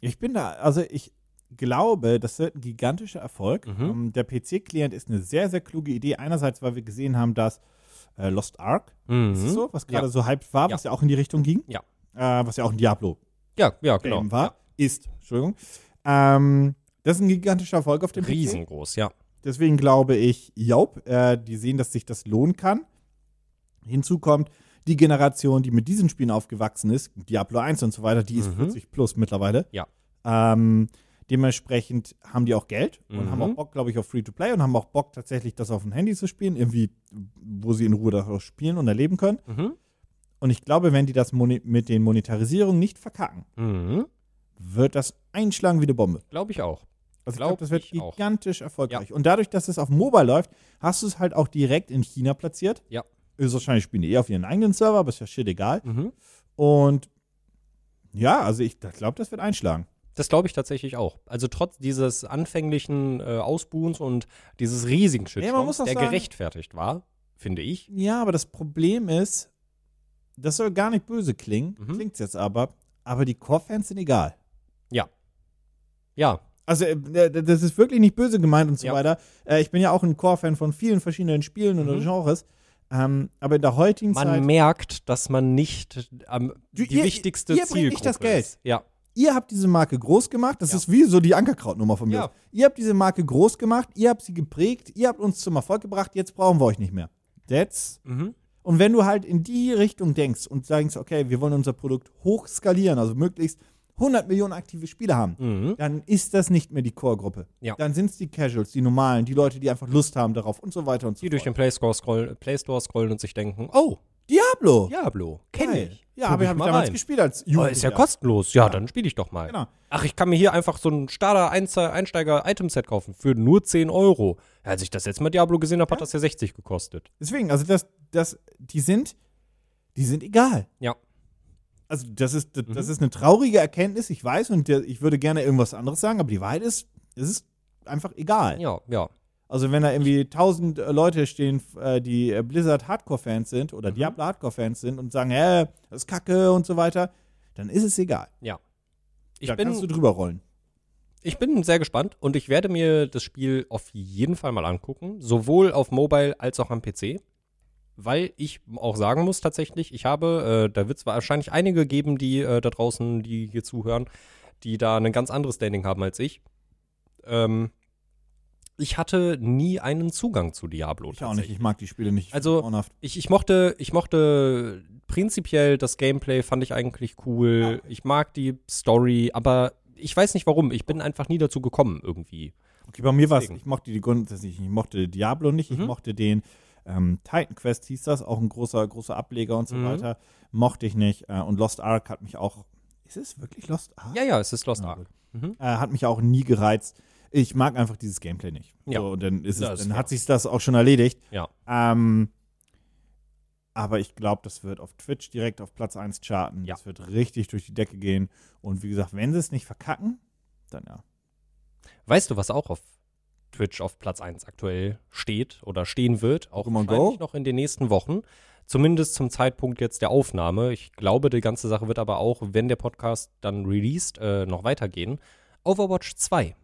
Ich bin da, also ich glaube, das wird ein gigantischer Erfolg. Mhm. Ähm, der PC-Client ist eine sehr, sehr kluge Idee. Einerseits, weil wir gesehen haben, dass äh, Lost Ark, ist es so, was gerade Mhm. Ja. so hyped war, Ja. was ja auch in die Richtung ging. Ja. Äh, was ja auch ein Diablo Ja, ja, genau. Game war. Ist, Entschuldigung. Ähm, das ist ein gigantischer Erfolg auf dem PC. Riesengroß, ja. Deswegen glaube ich, Jaub, äh, die sehen, dass sich das lohnen kann. Hinzu kommt die Generation, die mit diesen Spielen aufgewachsen ist, Diablo 1 und so weiter, die ist Mhm. 40 plus mittlerweile. Ja. Ähm, dementsprechend haben die auch Geld und Mhm. haben auch Bock, glaube ich, auf Free-to-Play und haben auch Bock, tatsächlich das auf dem Handy zu spielen, irgendwie, wo sie in Ruhe das auch spielen und erleben können. Mhm. Und ich glaube, wenn die das moni- mit den Monetarisierungen nicht verkacken, Mhm. wird das einschlagen wie eine Bombe. Glaube ich auch. Also ich Glaub glaube, das wird ich auch. gigantisch erfolgreich. Und dadurch, dass es auf Mobile läuft, hast du es halt auch direkt in China platziert. Ja. Ist wahrscheinlich spielen die eh auf ihren eigenen Server, aber ist ja shit egal. Mhm. Und ja, also ich glaube, das wird einschlagen. Das glaube ich tatsächlich auch. Also trotz dieses anfänglichen äh, Ausbuhens und dieses riesigen Shitstorms, muss auch der sagen- gerechtfertigt war, finde ich. Ja, aber das Problem ist, das soll gar nicht böse klingen, Mhm. klingt jetzt aber, aber die Core-Fans sind egal. Ja. Also äh, äh, das ist wirklich nicht böse gemeint und so Ja. weiter. Äh, Ich bin ja auch ein Core-Fan von vielen verschiedenen Spielen und Mhm. Genres. Ähm, aber in der heutigen Man Zeit, merkt, dass man nicht am halt Du- die ihr- wichtigste ihr bringt Zielgruppe nicht das Geld. ist. Ja. ihr habt diese Marke groß gemacht. Das Ja. ist wie so die Ankerkrautnummer von mir. Ja. aus. Ihr habt diese Marke groß gemacht, ihr habt sie geprägt, ihr habt uns zum Erfolg gebracht, jetzt brauchen wir euch nicht mehr. That's. Mhm. Und wenn du halt in die Richtung denkst und sagst, okay, wir wollen unser Produkt hoch skalieren, also möglichst 100 Millionen aktive Spieler haben, Mhm. dann ist das nicht mehr die Core-Gruppe. Ja. Dann sind es die Casuals, die Normalen, die Leute, die einfach Lust haben darauf und so weiter und so Die durch fort. den Play Store, scroll, Play Store scrollen und sich denken, oh, Diablo! Diablo, kenne Geil. ich. Ja, Guck aber ich habe mal damals rein. gespielt als Oh, Jugendlicher. ist ja kostenlos. Ja, dann spiele ich doch mal. Genau. Ach, ich kann mir hier einfach so ein Starter-Einsteiger-Item-Set kaufen für nur 10 Euro. Als ich das letzte Mal Diablo gesehen habe, hat das ja 60 gekostet. Deswegen, also das, das, die sind, die sind egal. Ja. Also das ist, das, Mhm. das ist eine traurige Erkenntnis, ich weiß, und der, ich würde gerne irgendwas anderes sagen, aber die Wahrheit ist, es ist einfach egal. Ja, ja. Also wenn da irgendwie tausend äh, Leute stehen, f- äh, die äh, Blizzard Hardcore-Fans sind oder Mhm. Diablo Hardcore-Fans sind und sagen, hä, das ist Kacke und so weiter, dann ist es egal. Ich da kannst du bin, drüber rollen. ich bin sehr gespannt und ich werde mir das Spiel auf jeden Fall mal angucken. Sowohl auf Mobile als auch am PC. Weil ich auch sagen muss, tatsächlich, ich habe, äh, da wird es wahrscheinlich einige geben, die äh, da draußen, die hier zuhören, die da ein ganz anderes Standing haben als ich. Ähm, ich hatte nie einen Zugang zu Diablo. Ich auch nicht, ich mag die Spiele nicht. Ich Also- find's grauenhaft. Ich, ich, mochte, ich mochte prinzipiell das Gameplay, fand ich eigentlich cool. Ich mag die Story, aber ich weiß nicht warum. Ich bin einfach nie dazu gekommen irgendwie. Okay, bei mir war es, Deswegen. ich mochte die grundsätzlich, ich mochte Diablo nicht, ich Mhm. mochte den ähm, Titan Quest hieß das, auch ein großer, großer Ableger und so Mhm. weiter, mochte ich nicht. Äh, und Lost Ark hat mich auch, ist es wirklich Lost Ark? Ja, ja, es ist Lost Ja, Ark. gut. Mhm. Äh, hat mich auch nie gereizt. Ich mag einfach dieses Gameplay nicht. Ja. So, und dann ist es, Das ist dann fair. hat sich das auch schon erledigt. Ja. Ähm, aber ich glaube, das wird auf Twitch direkt auf Platz 1 charten. Ja. Das wird richtig durch die Decke gehen. Und wie gesagt, wenn sie es nicht verkacken, dann ja. Weißt du, was auch auf Twitch auf Platz 1 aktuell steht oder stehen wird? Auch Pokémon Go? wahrscheinlich noch in den nächsten Wochen. Zumindest zum Zeitpunkt jetzt der Aufnahme. Ich glaube, die ganze Sache wird aber auch, wenn der Podcast dann released, äh, noch weitergehen. Overwatch 2.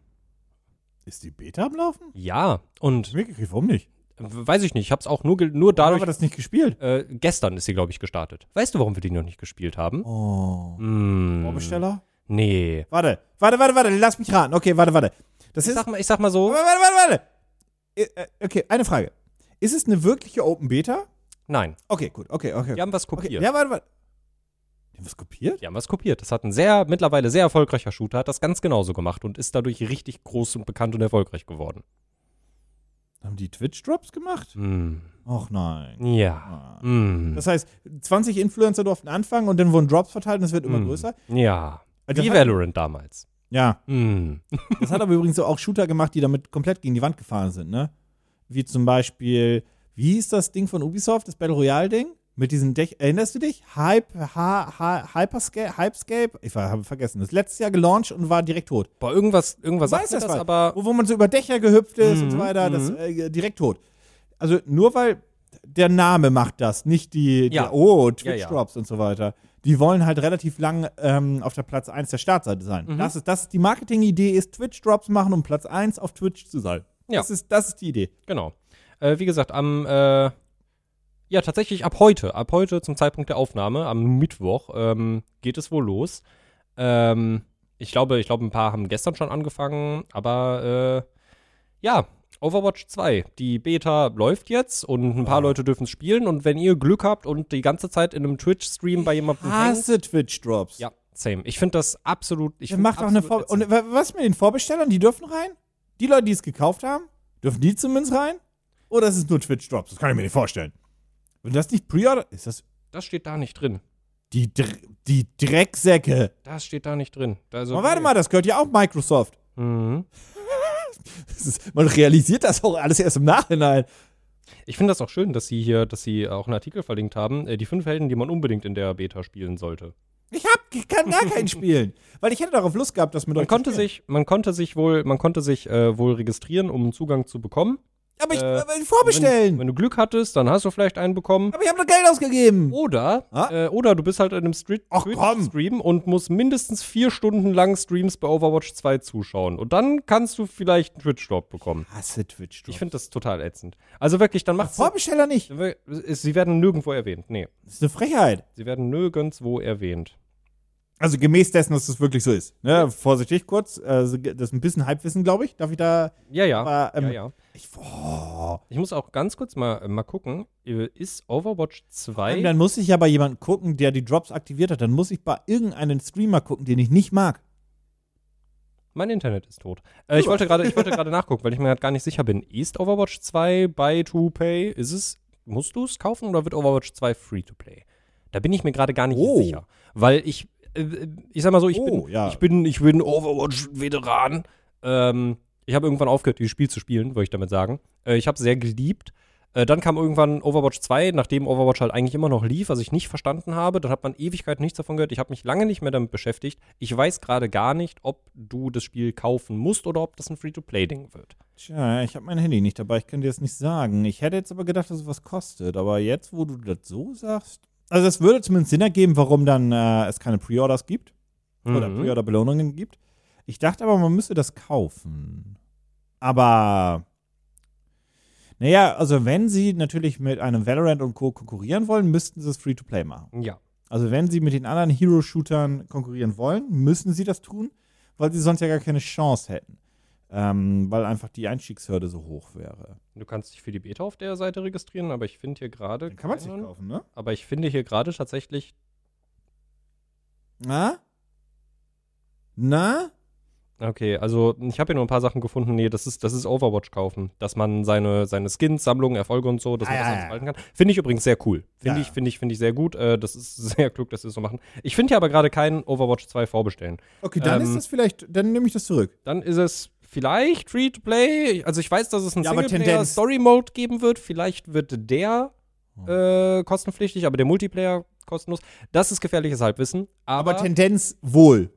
Ist die Beta am Laufen? Ja, und Wirklich, warum nicht? weiß ich nicht, ich habe es auch nur, ge- nur Warum haben dadurch wir das nicht gespielt? Äh, gestern ist sie, glaube ich, gestartet. Weißt du, warum wir die noch nicht gespielt haben? Oh. Mm, Vorbesteller? Nee. Warte, warte, warte, warte, lass mich raten. Okay, warte, warte. Das Ich ist. sag, mal, ich sag mal so, Warte, warte, warte, warte. Äh, Okay, eine Frage. Ist es eine wirkliche Open Beta? nein. Okay, gut, okay, okay. Die haben was okay. kopiert. Ja, warte, warte. Die haben was kopiert? Die haben was kopiert. Das hat ein sehr, mittlerweile sehr erfolgreicher Shooter, hat das ganz genauso gemacht und ist dadurch richtig groß und bekannt und erfolgreich geworden. Haben die Twitch-Drops gemacht? Mm, Och nein. ja. Hm. Ah. Mm, Das heißt, 20 Influencer durften anfangen und dann wurden Drops verteilt und es wird immer mm, größer. Ja. Also Wie hat- Valorant damals. Ja, Hm. das hat aber übrigens auch Shooter gemacht, die damit komplett gegen die Wand gefahren sind, ne? Wie zum Beispiel, wie hieß das Ding von Ubisoft, das Battle Royale-Ding? Mit diesem Dech, erinnerst du dich? Hype, ha, ha, Hyperscape, Hypescape? Ich ver- habe vergessen. Das letztes Jahr gelauncht und war direkt tot. Boah, irgendwas, irgendwas Du sagt weißt mir das das, mal. aber wo, wo man so über Dächer gehüpft ist und so Mhm, weiter, das mhm. äh, direkt tot. Also nur weil der Name macht das, nicht die, die Ja. oh, Twitch ja. Drops und so weiter. Die wollen halt relativ lang ähm, auf der Platz 1 der Startseite sein. Mhm. Das ist das die Marketingidee ist Twitch Drops machen, um Platz 1 auf Twitch zu sein. Ja. Das ist das ist die Idee. Genau. Äh, wie gesagt, am äh, ja tatsächlich ab heute, ab heute zum Zeitpunkt der Aufnahme, am Mittwoch ähm, geht es wohl los. Ähm, ich glaube, ich glaube, ein paar haben gestern schon angefangen, aber äh, ja. Overwatch 2, die Beta läuft jetzt und ein paar Ah. Leute dürfen es spielen und wenn ihr Glück habt und die ganze Zeit in einem Twitch-Stream bei jemandem hängt, Hasse Twitch Drops. ja, same. Ich finde das absolut, Ich ich find mach doch eine absolut Vor und wa- was mit den Vorbestellern, die dürfen rein? Die Leute, die es gekauft haben, dürfen die zumindest rein? Oder ist es nur Twitch Drops? Das kann ich mir nicht vorstellen. Wenn das nicht Pre-Order ist das ätzend. das steht da nicht drin. Die, Dr die Drecksäcke. Das steht da nicht drin. Also, Aber warte mal, das gehört ja auch Microsoft. Mhm. Das ist, man realisiert das auch alles erst im Nachhinein. Ich finde das auch schön, dass sie hier, dass sie äh, auch einen Artikel verlinkt haben, äh, die fünf Helden, die man unbedingt in der Beta spielen sollte. Ich hab, ich kann gar keinen spielen. Weil ich hätte darauf Lust gehabt, das mit Man euch konnte zu spielen. sich, man konnte sich wohl, man konnte sich äh, wohl registrieren, um Zugang zu bekommen. Aber ich äh, aber ich Wenn, vorbestellen. wenn du Glück hattest, dann hast du vielleicht einen bekommen. aber ich habe doch Geld Oh. ausgegeben. Oder, Ah. äh, oder du bist halt in einem Street- Ach, komm. Twitch-Stream und musst mindestens vier Stunden lang Streams bei Overwatch 2 zuschauen. Und dann kannst du vielleicht einen Twitch-Drop bekommen. Hasse Twitch. Ich finde das total ätzend. Also wirklich, dann macht's. Vorbesteller nicht. Sie werden nirgendwo erwähnt. Nee. Das ist eine Frechheit. Sie werden nirgendwo erwähnt. Also gemäß dessen, dass das wirklich so ist. Ne? Vorsichtig kurz. Also, das ist ein bisschen Halbwissen, glaube ich. Darf ich da. Ja, ja. Aber, ähm, ja, ja. Ich, oh. Ich muss auch ganz kurz mal, mal gucken, äh, ist Overwatch 2 Dann muss ich ja bei jemandem gucken, der die Drops aktiviert hat. Dann muss ich bei irgendeinem Streamer gucken, den ich nicht mag. Mein Internet ist tot. Äh, ich wollte gerade ich wollte gerade nachgucken, weil ich mir gerade gar nicht sicher bin. Ist Overwatch 2 bei 2Pay? Ist es musst du es kaufen oder wird Overwatch 2 free to play? Da bin ich mir gerade gar nicht Oh. sicher, weil ich äh, ich sag mal so, ich Oh, bin ja. ich bin ich bin Overwatch Veteran. Ähm, ich habe irgendwann aufgehört, dieses Spiel zu spielen, würde ich damit sagen. Äh, ich habe es sehr geliebt. Äh, Dann kam irgendwann Overwatch 2, nachdem Overwatch halt eigentlich immer noch lief, was ich nicht verstanden habe. Dann hat man Ewigkeiten nichts davon gehört. Ich habe mich lange nicht mehr damit beschäftigt. Ich weiß gerade gar nicht, ob du das Spiel kaufen musst oder ob das ein Free-to-Play-Ding wird. Tja, ich habe mein Handy nicht dabei, ich kann dir das nicht sagen. Ich hätte jetzt aber gedacht, dass es was kostet, aber jetzt, wo du das so sagst. Also, es würde zumindest Sinn ergeben, warum dann äh, es keine Pre-Orders gibt oder Mhm. Pre-Order-Belohnungen gibt. Ich dachte aber, man müsste das kaufen. Aber. Naja, also, wenn sie natürlich mit einem Valorant und Co. konkurrieren wollen, müssten sie es Free-to-Play machen. Ja. Also wenn sie mit den anderen Hero-Shootern konkurrieren wollen, müssen sie das tun, weil sie sonst ja gar keine Chance hätten. Ähm, weil einfach die Einstiegshürde so hoch wäre. Du kannst dich für die Beta auf der Seite registrieren, aber ich finde hier gerade. Dann kann man es nicht keinen. kaufen, ne? Aber ich finde hier gerade tatsächlich. Na? Na? Okay, also ich habe hier nur ein paar Sachen gefunden. Nee, das ist, das ist Overwatch kaufen. Dass man seine, seine Skins, Sammlungen, Erfolge und so, dass man Ah, das ja, alles ja. behalten kann. Finde ich übrigens sehr cool. Finde Ja, ich, ja. finde ich, finde ich sehr gut. Äh, das ist sehr klug, dass sie das so machen. Ich finde hier aber gerade keinen Overwatch 2 vorbestellen. Okay, dann Ähm, ist das vielleicht, dann nehme ich das zurück. Dann ist es vielleicht Free to Play. Also ich weiß, dass es einen Ja, aber Singleplayer Tendenz. Hm. Story Mode geben wird. Vielleicht wird der äh, kostenpflichtig, aber der Multiplayer kostenlos. Das ist gefährliches Halbwissen. Aber, Aber Tendenz wohl.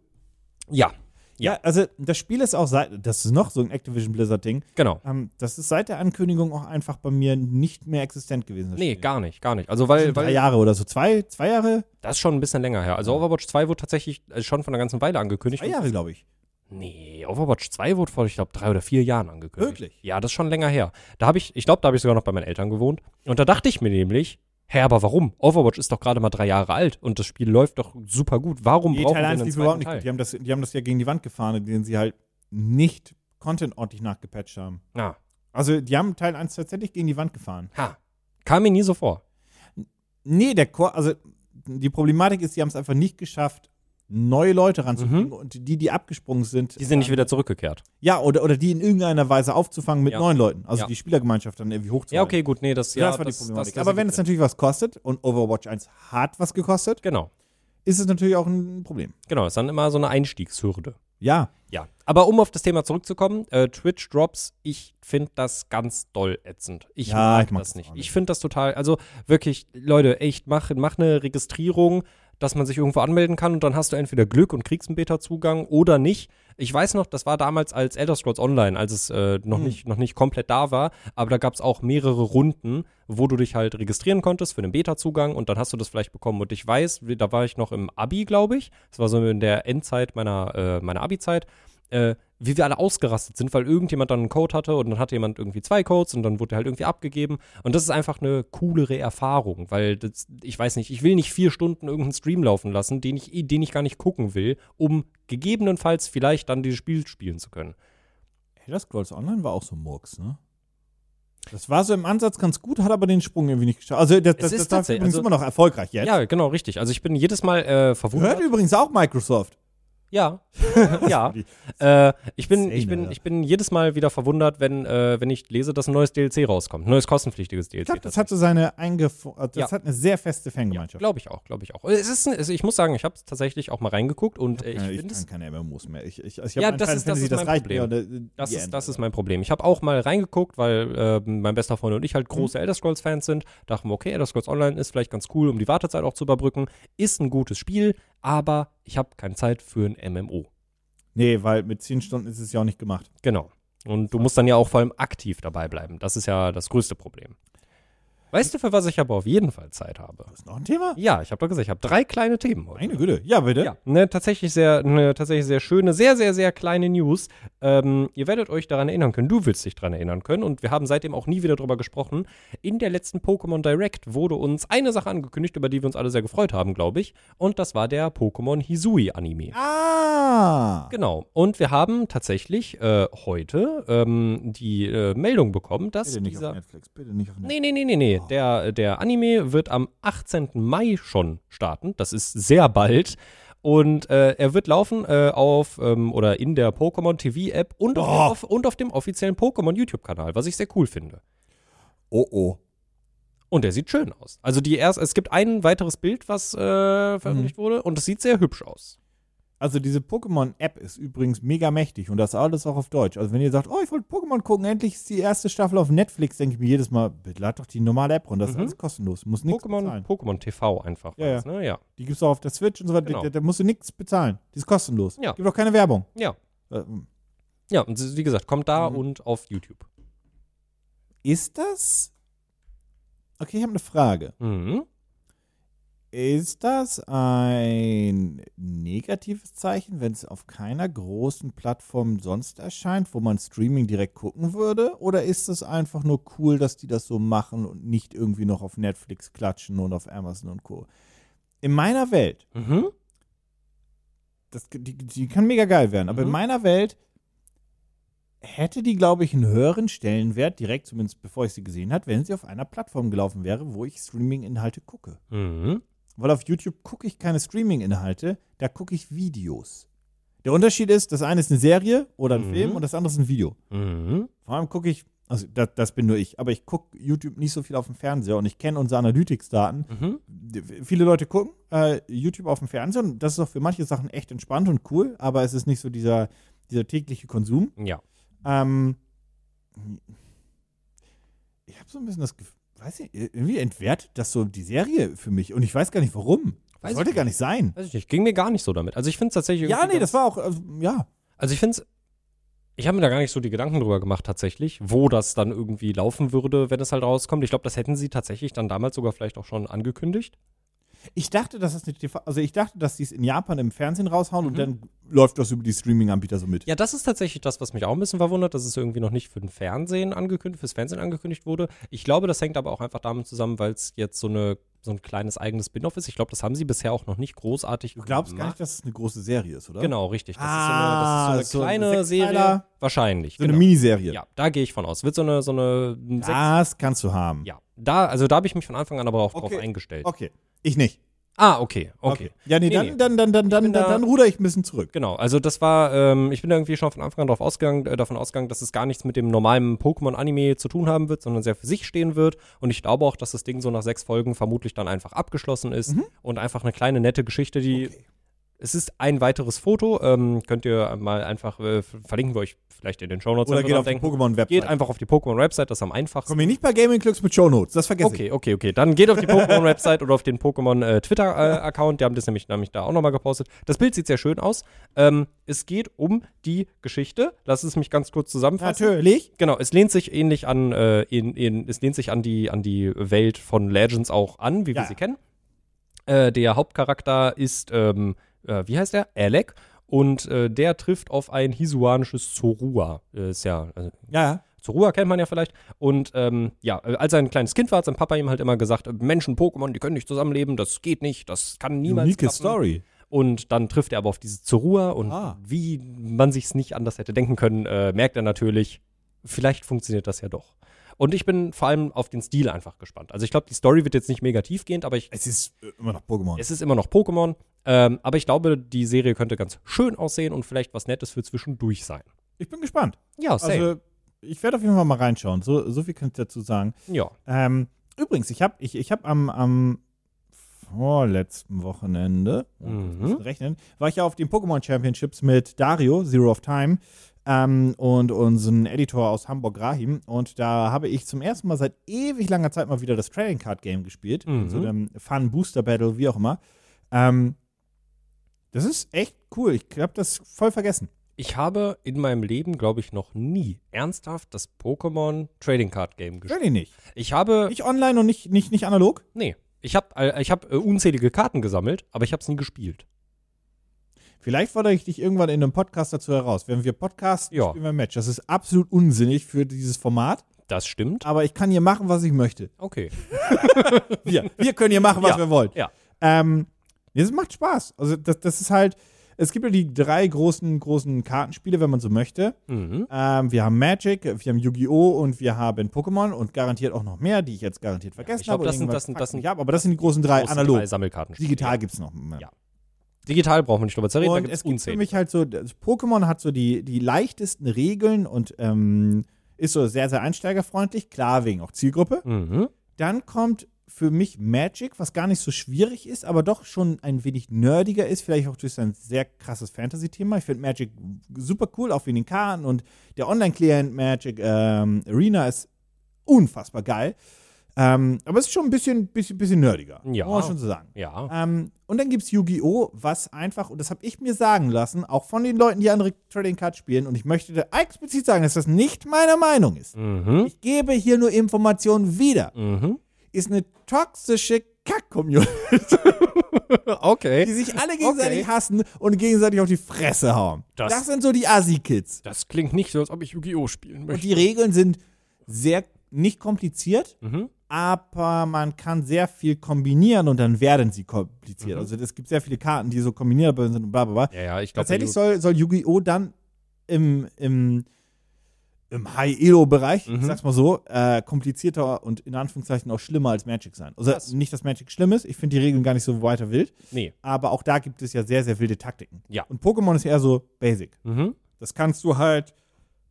ja, Ja, also das Spiel ist auch seit, das ist noch so ein Activision Blizzard-Ding, genau. ähm, das ist seit der Ankündigung auch einfach bei mir nicht mehr existent gewesen. das Nee, Spiel. gar nicht, gar nicht. Also weil, Drei weil Jahre oder so. Zwei, zwei Jahre? das ist schon ein bisschen länger her. Also Overwatch 2 wurde tatsächlich äh, schon von einer ganzen Weile angekündigt. Drei Jahre, glaube ich. Nee, Overwatch 2 wurde vor, ich glaube, drei oder vier Jahren angekündigt. Wirklich? Ja, das ist schon länger her. Da habe ich, ich glaube, da habe ich sogar noch bei meinen Eltern gewohnt. Und da dachte ich mir nämlich, hä, aber warum? Overwatch ist doch gerade mal drei Jahre alt und das Spiel läuft doch super gut. Warum Nee, brauchen Teil wir 1 einen lief überhaupt zweiten nicht Teil? gut. Die haben, das, die haben das ja gegen die Wand gefahren, indem sie halt nicht Content ordentlich nachgepatcht haben. Ah, Also, die haben Teil 1 tatsächlich gegen die Wand gefahren. ha. Kam mir nie so vor. Nee, der Core, also die Problematik ist, die haben es einfach nicht geschafft, neue Leute ranzubringen und die, die abgesprungen sind. Mhm. ähm, Die sind nicht wieder zurückgekehrt. Ja, oder, oder die in irgendeiner Weise aufzufangen mit Ja. neuen Leuten. Also Ja. die Spielergemeinschaft dann irgendwie hochzuhalten. Ja, okay, gut, nee, das, Ja, ja, das war das, die Problematik. das- das Aber wenn ergibt es Sinn. natürlich was kostet und Overwatch 1 hat was gekostet, Genau, ist es natürlich auch ein Problem. genau, ist dann immer so eine Einstiegshürde. Ja. Ja, aber um auf das Thema zurückzukommen, äh, Twitch Drops, ich finde das ganz doll ätzend. Ich Ja, mag ich mag das das nicht. auch nicht. Ich finde das total, also wirklich, Leute, echt, mach, mach eine Registrierung, dass man sich irgendwo anmelden kann und dann hast du entweder Glück und kriegst einen Beta-Zugang oder nicht. Ich weiß noch, das war damals als Elder Scrolls Online, als es äh, noch, Hm. nicht, noch nicht komplett da war, aber da gab es auch mehrere Runden, wo du dich halt registrieren konntest für einen Beta-Zugang und dann hast du das vielleicht bekommen. Und ich weiß, wie- da war ich noch im Abi, glaube ich. Das war so in der Endzeit meiner, äh, meiner Abi-Zeit äh, wie wir alle ausgerastet sind, weil irgendjemand dann einen Code hatte und dann hatte jemand irgendwie zwei Codes und dann wurde der halt irgendwie abgegeben. Und das ist einfach eine coolere Erfahrung, weil das, ich weiß nicht, ich will nicht vier Stunden irgendeinen Stream laufen lassen, den ich, eh- den ich gar nicht gucken will, um gegebenenfalls vielleicht dann dieses Spiel spielen zu können. Elder Scrolls Online war auch so Murks, ne? Das war so im Ansatz ganz gut, hat aber den Sprung irgendwie nicht geschafft. Also das, Es das, ist das darf tatsächlich- übrigens also- immer noch erfolgreich jetzt. Ja, genau, richtig. Also ich bin jedes Mal äh, verwundert. Hört übrigens auch Microsoft. Ja, ja. Äh, ich, bin, ich, Szene, bin, ja. ich bin jedes Mal wieder verwundert, wenn, äh, wenn ich lese, dass ein neues DLC rauskommt. Ein neues kostenpflichtiges DLC. Ich glaube, das hatte seine eingef äh, das Ja. hat eine sehr feste Fangemeinschaft. Glaube ich auch, glaube ich auch. Es ist, ein- also ich muss sagen, ich habe es tatsächlich auch mal reingeguckt und äh, ich Ja, finde es. kann keine MMOs mehr. Ich, ich, also ich Ja, hab das einen ist- Final das Fantasy, ist mein reicht Problem. mir. Und, äh, Das die ist, Enden. das ist mein Problem. Ich habe auch mal reingeguckt, weil äh, mein bester Freund und ich Mhm. halt große Elder Scrolls-Fans sind. Dachten wir, okay, Elder Scrolls Online ist vielleicht ganz cool, um die Wartezeit auch zu überbrücken. Ist ein gutes Spiel, aber ich habe keine Zeit für ein MMO. Nee, weil mit 10 Stunden ist es ja auch nicht gemacht. Genau. Und du musst dann ja auch vor allem aktiv dabei bleiben. Das ist ja das größte Problem. Weißt du, für was ich aber auf jeden Fall Zeit habe? Das ist noch ein Thema? Ja, ich habe doch gesagt, ich habe drei kleine Themen heute. Meine Güte. Ja, bitte. Ja, ne, tatsächlich sehr, ne, tatsächlich sehr schöne, sehr, sehr, sehr kleine News. Ähm, ihr werdet euch daran erinnern können. Du willst dich daran erinnern können und wir haben seitdem auch nie wieder drüber gesprochen. In der letzten Pokémon Direct wurde uns eine Sache angekündigt, über die wir uns alle sehr gefreut haben, glaube ich. Und das war der Pokémon Hisui Anime. Ah. Genau. Und wir haben tatsächlich äh, heute ähm, die äh, Meldung bekommen, dass Bitte nicht dieser auf Netflix. Bitte nicht auf Netflix. Nee, nee, nee, nee, nee. Der, der Anime wird am 18. Mai schon starten. Das ist sehr bald. Und äh, er wird laufen äh, auf ähm, oder in der Pokémon TV App und auf, dem, Oh. off- und auf dem offiziellen Pokémon YouTube Kanal, was ich sehr cool finde. Oh, oh. Und der sieht schön aus. Also die erst, es gibt ein weiteres Bild, was äh, Mhm. veröffentlicht wurde und es sieht sehr hübsch aus. Also diese Pokémon-App ist übrigens mega mächtig und das alles auch auf Deutsch. Also wenn ihr sagt, oh, ich wollte Pokémon gucken, endlich ist die erste Staffel auf Netflix, denke ich mir jedes Mal, bitte lad doch die normale App runter, das ist Mhm. alles kostenlos, muss nichts Pokémon, bezahlen. Pokémon TV einfach. Ja, was, Ne? ja. Die gibt's auch auf der Switch und so weiter, Genau. da, da musst du nichts bezahlen, die ist kostenlos. Ja. Gibt auch keine Werbung. Ja. Ähm, Ja, und es ist, wie gesagt, kommt da Mhm. und auf YouTube. Ist das... Okay, ich habe eine Frage. Mhm. Ist das ein negatives Zeichen, wenn es auf keiner großen Plattform sonst erscheint, wo man Streaming direkt gucken würde? Oder ist es einfach nur cool, dass die das so machen und nicht irgendwie noch auf Netflix klatschen und auf Amazon und Co.? In meiner Welt, Mhm. das, die, die kann mega geil werden, aber in Mhm. meiner Welt hätte die, glaube ich, einen höheren Stellenwert, direkt zumindest bevor ich sie gesehen habe, wenn sie auf einer Plattform gelaufen wäre, wo ich Streaming-Inhalte gucke. Mhm. Weil auf YouTube gucke ich keine Streaming-Inhalte, da gucke ich Videos. Der Unterschied ist, das eine ist eine Serie oder ein Mhm. Film und das andere ist ein Video. Mhm. Vor allem gucke ich, also das, das bin nur ich, aber ich gucke YouTube nicht so viel auf dem Fernseher und ich kenne unsere Analytics-Daten. Mhm. D- Viele Leute gucken äh, YouTube auf dem Fernseher und das ist auch für manche Sachen echt entspannt und cool, aber es ist nicht so dieser, dieser tägliche Konsum. Ja. Ähm, ich habe so ein bisschen das Gefühl, weiß ich, irgendwie entwertet das so die Serie für mich und ich weiß gar nicht warum. Weiß Das ich sollte nicht. gar nicht sein. Weiß ich nicht, ging mir gar nicht so damit. Also ich finde es tatsächlich Ja, irgendwie nee, ganz- das war auch, also, ja. Also ich finde es ich habe mir da gar nicht so die Gedanken drüber gemacht tatsächlich, wo das dann irgendwie laufen würde, wenn es halt rauskommt. Ich glaube, das hätten sie tatsächlich dann damals sogar vielleicht auch schon angekündigt. Ich dachte, dass das eine TV, also ich dachte, dass die es in Japan im Fernsehen raushauen Mhm. und dann läuft das über die Streaming-Anbieter so mit. Ja, das ist tatsächlich das, was mich auch ein bisschen verwundert, dass es irgendwie noch nicht für den Fernsehen angekündigt, fürs Fernsehen angekündigt wurde. Ich glaube, das hängt aber auch einfach damit zusammen, weil es jetzt so eine so ein kleines eigenes Spin-off ist. Ich glaube, das haben sie bisher auch noch nicht großartig Du glaubst gar nicht, dass es eine große Serie ist, oder? Genau, richtig. Das Ah, ist so so ein eine, das ist so eine kleine Serie. Sechsteiler. Wahrscheinlich. So genau. eine Miniserie. Ja, da gehe ich von aus. Wird so eine, so eine Sek- Das kannst du haben. Ja, da, also da habe ich mich von Anfang an aber auch Okay. drauf eingestellt. Okay. Ich nicht. Ah, okay, okay, Ja, nee, Nee, dann, nee. dann, dann, dann, dann, bin da- dann, dann ruder ich ein bisschen zurück. Genau, also das war, ähm, ich bin da irgendwie schon von Anfang an drauf ausgegangen, äh, davon ausgegangen, dass es gar nichts mit dem normalen Pokémon-Anime zu tun haben wird, sondern sehr für sich stehen wird. Und ich glaube auch, dass das Mhm. Ding so nach sechs Folgen vermutlich dann einfach abgeschlossen ist und einfach eine kleine nette Geschichte, die Es ist ein weiteres Foto. Ähm, könnt ihr mal einfach, äh, f- verlinken wir euch vielleicht in den Shownotes. Oder wenn wir geht dran auf die denken. Geht Pokémon-Website. einfach auf die Pokémon-Website, das ist am einfachsten. Komm hier nicht bei Gaming Glücks mit Shownotes, das vergesse ich. Okay, okay, okay. Dann geht auf die Pokémon-Website oder auf den Pokémon-Twitter-Account. Die haben das nämlich, nämlich da auch nochmal gepostet. Das Bild sieht sehr schön aus. Ähm, es geht um die Geschichte. Lass es mich ganz kurz zusammenfassen. Natürlich. Genau, es lehnt sich ähnlich an, äh, in, in, es lehnt sich an die, an die Welt von Legends auch an, wie Ja, wir ja. sie kennen. Äh, der Hauptcharakter ist, ähm, äh, wie heißt er? Alec. Und äh, der trifft auf ein hisuanisches Zorua. Äh, Ist ja, also Ja, zur Ruhe kennt man ja vielleicht. Und ähm, ja, als er ein kleines Kind war, hat sein Papa ihm halt immer gesagt, äh, Menschen, Pokémon, die können nicht zusammenleben, das geht nicht, das kann niemals unique klappen. Story. Und dann trifft er aber auf diese Zorua und Ah. wie man sich's nicht anders hätte denken können, äh, merkt er natürlich, vielleicht funktioniert das ja doch. Und ich bin vor allem auf den Stil einfach gespannt. Also ich glaube, die Story wird jetzt nicht mega tiefgehend, aber ich, Es ist äh, immer noch Pokémon. es ist immer noch Pokémon. Ähm, aber ich glaube, die Serie könnte ganz schön aussehen und vielleicht was Nettes für zwischendurch sein. Ich bin gespannt. Ja, same. Also, ich werde auf jeden Fall mal reinschauen. So, so viel kann ich dazu sagen. ja. Ähm, übrigens, ich habe ich, ich hab am, am vorletzten Wochenende, Mhm. mhm. rechnen, war ich ja auf den Pokémon Championships mit Dario, Zero of Time, ähm, und unseren Editor aus Hamburg, Rahim. Und da habe ich zum ersten Mal seit ewig langer Zeit mal wieder das Trading Card Game gespielt. Mhm. Also dem Fun Booster Battle, wie auch immer. Ähm, das ist echt cool. Ich habe das voll vergessen. Ich habe in meinem Leben, glaube ich, noch nie ernsthaft das Pokémon Trading Card Game gespielt. Natürlich nicht. Ich habe, Nicht online und nicht, nicht, nicht analog? nee, ich habe, äh, ich habe äh, unzählige Karten gesammelt, aber ich habe es nie gespielt. Vielleicht fordere ich dich irgendwann in einem Podcast dazu heraus. Wenn wir Podcast Ja. spielen wir ein Match. Das ist absolut unsinnig für dieses Format, Das stimmt. aber ich kann hier machen, was ich möchte. Okay. Wir, wir können hier machen, was Ja, wir wollen. ja. Ähm, es macht Spaß. Also das, das ist halt, es gibt ja die drei großen, großen Kartenspiele, wenn man so möchte. Mhm. Ähm, wir haben Magic, wir haben Yu-Gi-Oh! und wir haben Pokémon und garantiert auch noch mehr, die ich jetzt garantiert vergessen ich glaub, habe. das sind- oder das sind- das irgendwas sind- ich hab, aber das sind die großen drei, Großen analog. Drei Sammelkarten. Digital gibt es noch. mehr. Ja. Digital brauchen wir nicht drüber zu reden. da Und gibt's es gibt für unzählige. mich halt so, das Pokémon hat so die, die leichtesten Regeln und ähm, ist so sehr, sehr einsteigerfreundlich, klar wegen auch Zielgruppe. Mhm. Dann kommt für mich Magic, was gar nicht so schwierig ist, aber doch schon ein wenig nerdiger ist, vielleicht auch durch sein sehr krasses Fantasy-Thema. Ich finde Magic super cool, auch wegen den Karten und der Online-Client Magic ähm, Arena ist unfassbar geil. Ähm, aber es ist schon ein bisschen, bisschen, bisschen nerdiger, Ja. muss man schon so sagen. Ja. Ähm, und dann gibt es Yu-Gi-Oh!, was einfach, und das habe ich mir sagen lassen, auch von den Leuten, die andere Trading Card spielen, und ich möchte da explizit sagen, dass das nicht meine Meinung ist. Mhm. Ich gebe hier nur Informationen wieder. Mhm. Ist eine toxische Kack-Community, die Okay. sich alle gegenseitig Okay. hassen und gegenseitig auf die Fresse hauen. Das- Das, sind so die Assi-Kids. Das klingt nicht so, als ob ich Yu-Gi-Oh! spielen Und möchte. die Regeln sind sehr nicht kompliziert, Mhm. aber man kann sehr viel kombinieren und dann werden sie kompliziert. Mhm. Also es gibt sehr viele Karten, die so kombinierbar sind und bla bla bla. Ja, ja, ich glaube. Tatsächlich soll, soll Yu-Gi-Oh! dann im, im, im High-Elo-Bereich, Mhm. ich sag's mal so, äh, komplizierter und in Anführungszeichen auch schlimmer als Magic sein. Also Krass. nicht, dass Magic schlimm ist, ich finde die Regeln gar nicht so weiter wild, Nee. aber auch da gibt es ja sehr, sehr wilde Taktiken. Ja. Und Pokémon ist eher so basic. Mhm. Das kannst du halt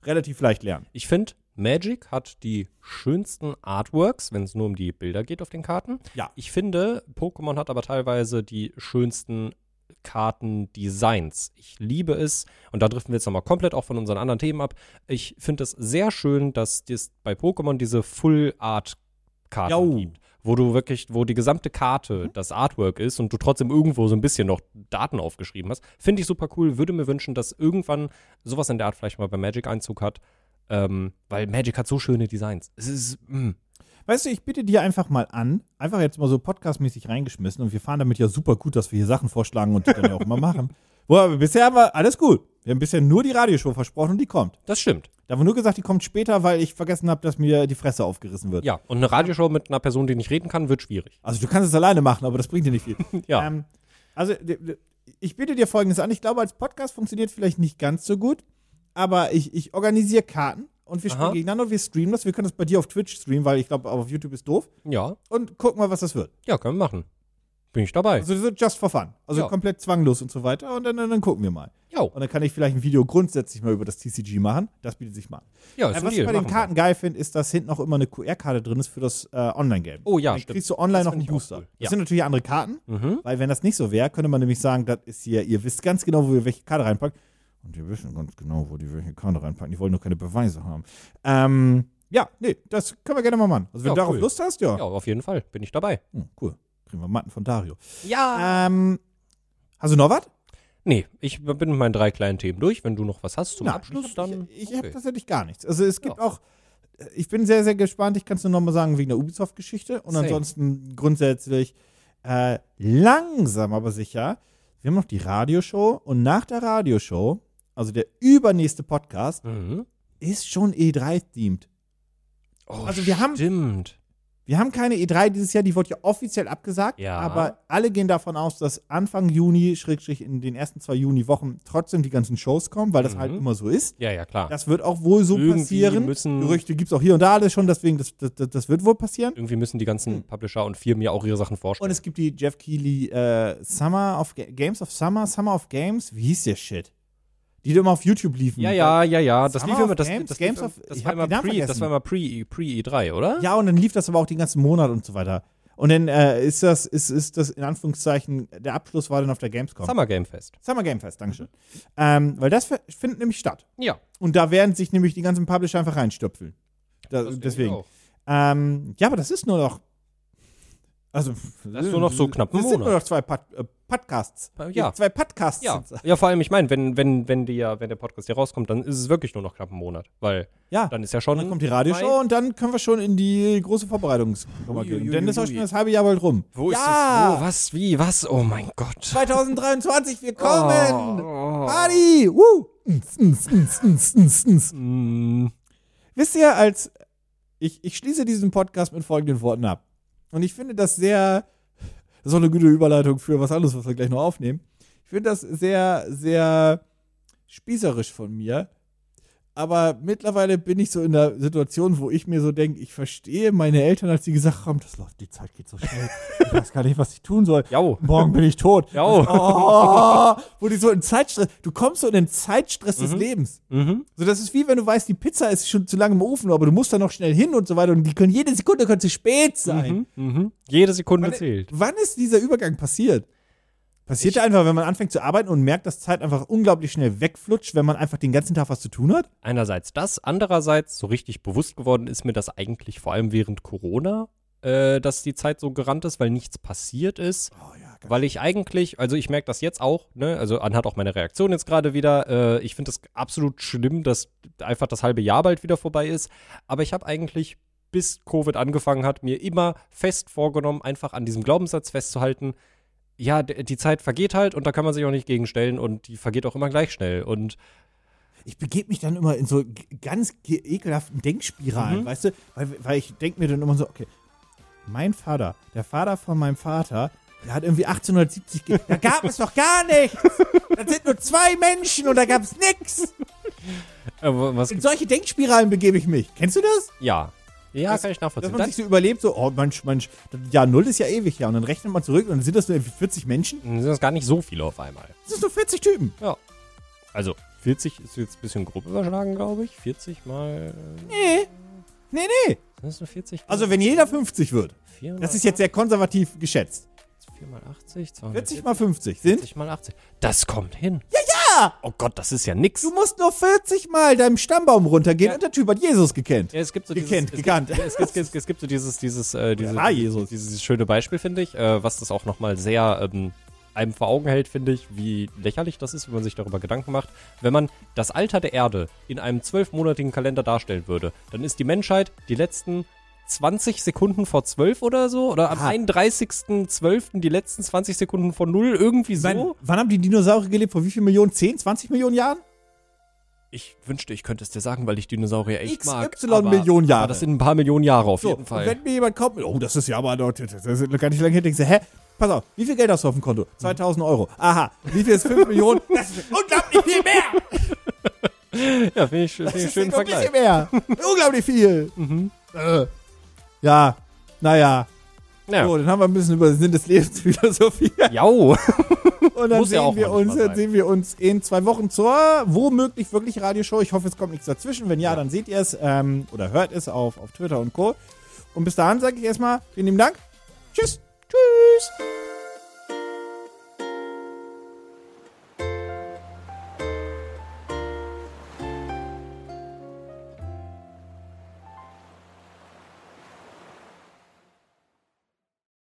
relativ leicht lernen. Ich finde, Magic hat die schönsten Artworks, wenn es nur um die Bilder geht auf den Karten. Ja. Ich finde, Pokémon hat aber teilweise die schönsten Kartendesigns. Ich liebe es, und da driften wir jetzt nochmal komplett auch von unseren anderen Themen ab. Ich finde es sehr schön, dass das bei Pokémon diese Full-Art-Karten Jau. gibt. Wo du wirklich, wo die gesamte Karte das Artwork ist und du trotzdem irgendwo so ein bisschen noch Daten aufgeschrieben hast. Finde ich super cool. Würde mir wünschen, dass irgendwann sowas in der Art vielleicht mal bei Magic Einzug hat. Ähm, weil Magic hat so schöne Designs. Es ist, mm, mh. Weißt du, ich bitte dir einfach mal an, einfach jetzt mal so podcastmäßig reingeschmissen und wir fahren damit ja super gut, dass wir hier Sachen vorschlagen und die dann ja auch mal machen. Boah, aber bisher war alles cool. Wir haben bisher nur die Radioshow versprochen und die kommt. das stimmt. Da wurde nur gesagt, die kommt später, weil ich vergessen habe, dass mir die Fresse aufgerissen wird. Ja, und eine Radioshow mit einer Person, die nicht reden kann, wird schwierig. Also du kannst es alleine machen, aber das bringt dir nicht viel. Ja. Ähm, also d- d- ich biete dir Folgendes an. Ich glaube, als Podcast funktioniert vielleicht nicht ganz so gut, aber ich, ich organisiere Karten und wir Aha. spielen gegeneinander und wir streamen das. Wir können das bei dir auf Twitch streamen, weil ich glaube, auf YouTube ist doof. Ja, Und gucken mal, was das wird. ja, können wir machen. Bin ich dabei. Also so just for fun. Also Ja. komplett zwanglos und so weiter. Und dann, dann, dann gucken wir mal. Ja, Und dann kann ich vielleicht ein Video grundsätzlich mal über das TCG machen. Das bietet sich mal an. ja, Äh, ist ein was Deal. ich bei den Machen wir. Karten geil finde, ist, dass hinten auch immer eine QR-Karte drin ist für das äh, Online-Game. Oh ja, dann stimmt. kriegst du online Das noch find einen ich auch Booster. cool. Das Ja. sind natürlich andere Karten, Mhm. weil wenn das nicht so wäre, könnte man nämlich sagen, das ist hier, ihr wisst ganz genau, wo ihr welche Karte reinpackt. Und wir wissen ganz genau, wo die welche Karte reinpacken. Die wollen nur keine Beweise haben. Ähm, ja, nee, das können wir gerne mal machen. Also wenn Ja, du darauf cool. Lust hast, ja. Ja, auf jeden Fall. Bin ich dabei. Hm, cool. Kriegen wir Matten von Dario. Ja. Ähm, hast du noch was? Nee, ich bin mit meinen drei kleinen Themen durch. Wenn du noch was hast zum Na, Abschluss, ich, dann. Ich, ich okay. habe tatsächlich gar nichts. Also es gibt Ja. auch. Ich bin sehr, sehr gespannt. Ich kann es nur nochmal sagen wegen der Ubisoft-Geschichte. Und Same. ansonsten grundsätzlich äh, langsam, aber sicher. Wir haben noch die Radioshow. Und nach der Radioshow, also der übernächste Podcast, Mhm. ist schon E E3-themed. Oh, Also wir haben- Stimmt. Wir haben keine E3 dieses Jahr, die wurde ja offiziell abgesagt. Ja. Aber alle gehen davon aus, dass Anfang Juni, Schrägstrich in den ersten zwei Juni-Wochen, trotzdem die ganzen Shows kommen, weil das Mhm. halt immer so ist. Ja, ja, klar. Das wird auch wohl so Irgendwie passieren. müssen- Gerüchte gibt es auch hier und da alles schon, deswegen, das, das, das, das wird wohl passieren. Irgendwie müssen die ganzen Publisher und Firmen ja auch ihre Sachen Hm. Und vorstellen. es gibt die Jeff Keighley äh, Summer of Ga Games of Summer, Summer of Games, wie hieß der Shit? Die immer auf YouTube liefen. ja, ja, ja, ja. Das Summer lief immer. of Das, Games? das, Games lief, of- das, ich war hab immer den Namen pre, das vergessen. war immer pre, pre E3, oder? Ja, und dann lief das aber auch den ganzen Monat und so weiter. Und dann äh, ist das, ist, ist das in Anführungszeichen, der Abschluss war dann auf der Gamescom. Summer Game Fest. Summer Game Fest, Dankeschön. Ähm, weil das f- findet nämlich statt. Ja. Und da werden sich nämlich die ganzen Publisher einfach reinstöpfeln. Da, das denke ich deswegen. auch. Ähm, ja, aber das ist nur noch. Also, das ist nur noch so knapp ein Das sind Monat. nur noch zwei Pod, äh, Podcasts. Ja. Zwei Podcasts. Ja. sind's. ja, vor allem, ich meine, wenn, wenn, wenn, die ja, wenn der Podcast hier rauskommt, dann ist es wirklich nur noch knapp einen Monat. Weil ja. Dann, dann ist ja schon. kommt die Radioshow und dann können wir schon in die große Vorbereitungskammer gehen. Denn das ist auch schon das halbe Jahr bald rum. Wo ist ja, es? Wo? Was? Wie? Was? Oh mein Gott. 2023, wir kommen! Oh. Party! Woo! Ns, ns, ns, ns, ns, ns. Mm. Wisst ihr, als ich, ich schließe diesen Podcast mit folgenden Worten ab. Und ich finde das sehr, das ist auch eine gute Überleitung für was anderes, was wir gleich noch aufnehmen. Ich finde das sehr, sehr spießerisch von mir. Aber mittlerweile bin ich so in der Situation, wo ich mir so denke, ich verstehe meine Eltern, als sie gesagt haben, das läuft, die Zeit geht so schnell. Ich weiß gar nicht, was ich tun soll. Jau. Morgen bin ich tot. Jau. Oh, wo die so in Zeitstress, du kommst so in den Zeitstress des Mhm. Lebens. Mhm. So, das ist wie wenn du weißt, die Pizza ist schon zu lange im Ofen, aber du musst da noch schnell hin und so weiter. Und die können jede Sekunde können zu spät sein. Mhm. Mhm. Jede Sekunde Wann, zählt. wann ist dieser Übergang passiert? Passiert Ich- der einfach, wenn man anfängt zu arbeiten und merkt, dass Zeit einfach unglaublich schnell wegflutscht, wenn man einfach den ganzen Tag was zu tun hat? Einerseits das, andererseits so richtig bewusst geworden ist mir das eigentlich vor allem während Corona, äh, dass die Zeit so gerannt ist, weil nichts passiert ist. Oh ja, ganz Weil ich eigentlich, also ich merke das jetzt auch, ne, also anhand auch meiner Reaktion jetzt gerade wieder, äh, ich finde das absolut schlimm, dass einfach das halbe Jahr bald wieder vorbei ist. Aber ich habe eigentlich, bis Covid angefangen hat, mir immer fest vorgenommen, einfach an diesem Glaubenssatz festzuhalten, ja, d- die Zeit vergeht halt und da kann man sich auch nicht gegenstellen und die vergeht auch immer gleich schnell. Und ich begebe mich dann immer in so g- ganz ge- ekelhaften Denkspiralen, Mhm. weißt du? Weil, weil ich denke mir dann immer so, okay, mein Vater, der Vater von meinem Vater, der hat irgendwie 1870 ge Da gab es doch gar nichts! Das sind nur zwei Menschen und da gab es nichts! äh, wa- was In solche Denkspiralen begebe ich mich. Kennst du das? Ja. Ja, kann ich Dass nachvollziehen. man sich so überlebt, so, oh Mensch, Mensch, das Jahr Null ist ja ewig her. Und dann rechnet man zurück und dann sind das nur irgendwie 40 Menschen. Dann sind das gar nicht so viele auf einmal. Das sind nur 40 Typen. Ja. Also, 40 ist jetzt ein bisschen grob überschlagen, glaube ich. 40 mal. äh, Nee. Nee, nee. Sind das nur 40? Also wenn jeder 50 wird, 4 das ist jetzt sehr konservativ geschätzt. 4 mal 80, 40 240 mal 50 sind. 40 mal 80. Das kommt hin. Ja, ja! Oh Gott, das ist ja nix. Du musst nur 40 Mal deinem Stammbaum runtergehen und der Typ hat Jesus gekannt. Ja, es gibt so Gekannt, dieses, gekannt. Es gibt, es, gibt, es, gibt, es gibt so dieses, dieses, äh, diese, war Jesus? dieses schöne Beispiel, finde ich, äh, was das auch nochmal sehr ähm, einem vor Augen hält, finde ich, wie lächerlich das ist, wenn man sich darüber Gedanken macht. Wenn man das Alter der Erde in einem zwölfmonatigen Kalender darstellen würde, dann ist die Menschheit die letzten 20 Sekunden vor 12 oder so, oder am Ah. 31.12. die letzten 20 Sekunden vor 0, irgendwie Ich so. meine, wann haben die Dinosaurier gelebt? Vor wie vielen Millionen? 10, 20 Millionen Jahren? Ich wünschte, ich könnte es dir sagen, weil ich Dinosaurier echt XY mag. Millionen Jahre. aber Das sind ein paar Millionen Jahre auf So, jeden Fall. Und wenn mir jemand kommt, mit, oh, das ist ja aber noch, das ist noch gar nicht lange her, denkst du, hä? Pass auf, wie viel Geld hast du auf dem Konto? 2000 Euro. Aha, wie viel ist 5 Millionen? Das ist unglaublich viel mehr! ja, finde ich, find ich einen schönen noch ein Vergleich. Mhm. bisschen mehr. unglaublich viel. Äh, ja, naja. Ja. So, dann haben wir ein bisschen über den Sinn des Lebens philosophiert. Jau. Und dann Muss ja sehen, auch wir manchmal uns, dann sein. sehen wir uns in zwei Wochen zur womöglich wirklich Radioshow. Ich hoffe, es kommt nichts dazwischen. Wenn ja, dann seht ihr es ähm, oder hört es auf, auf Twitter und Co. Und bis dahin sage ich erstmal vielen lieben Dank. Tschüss. Tschüss.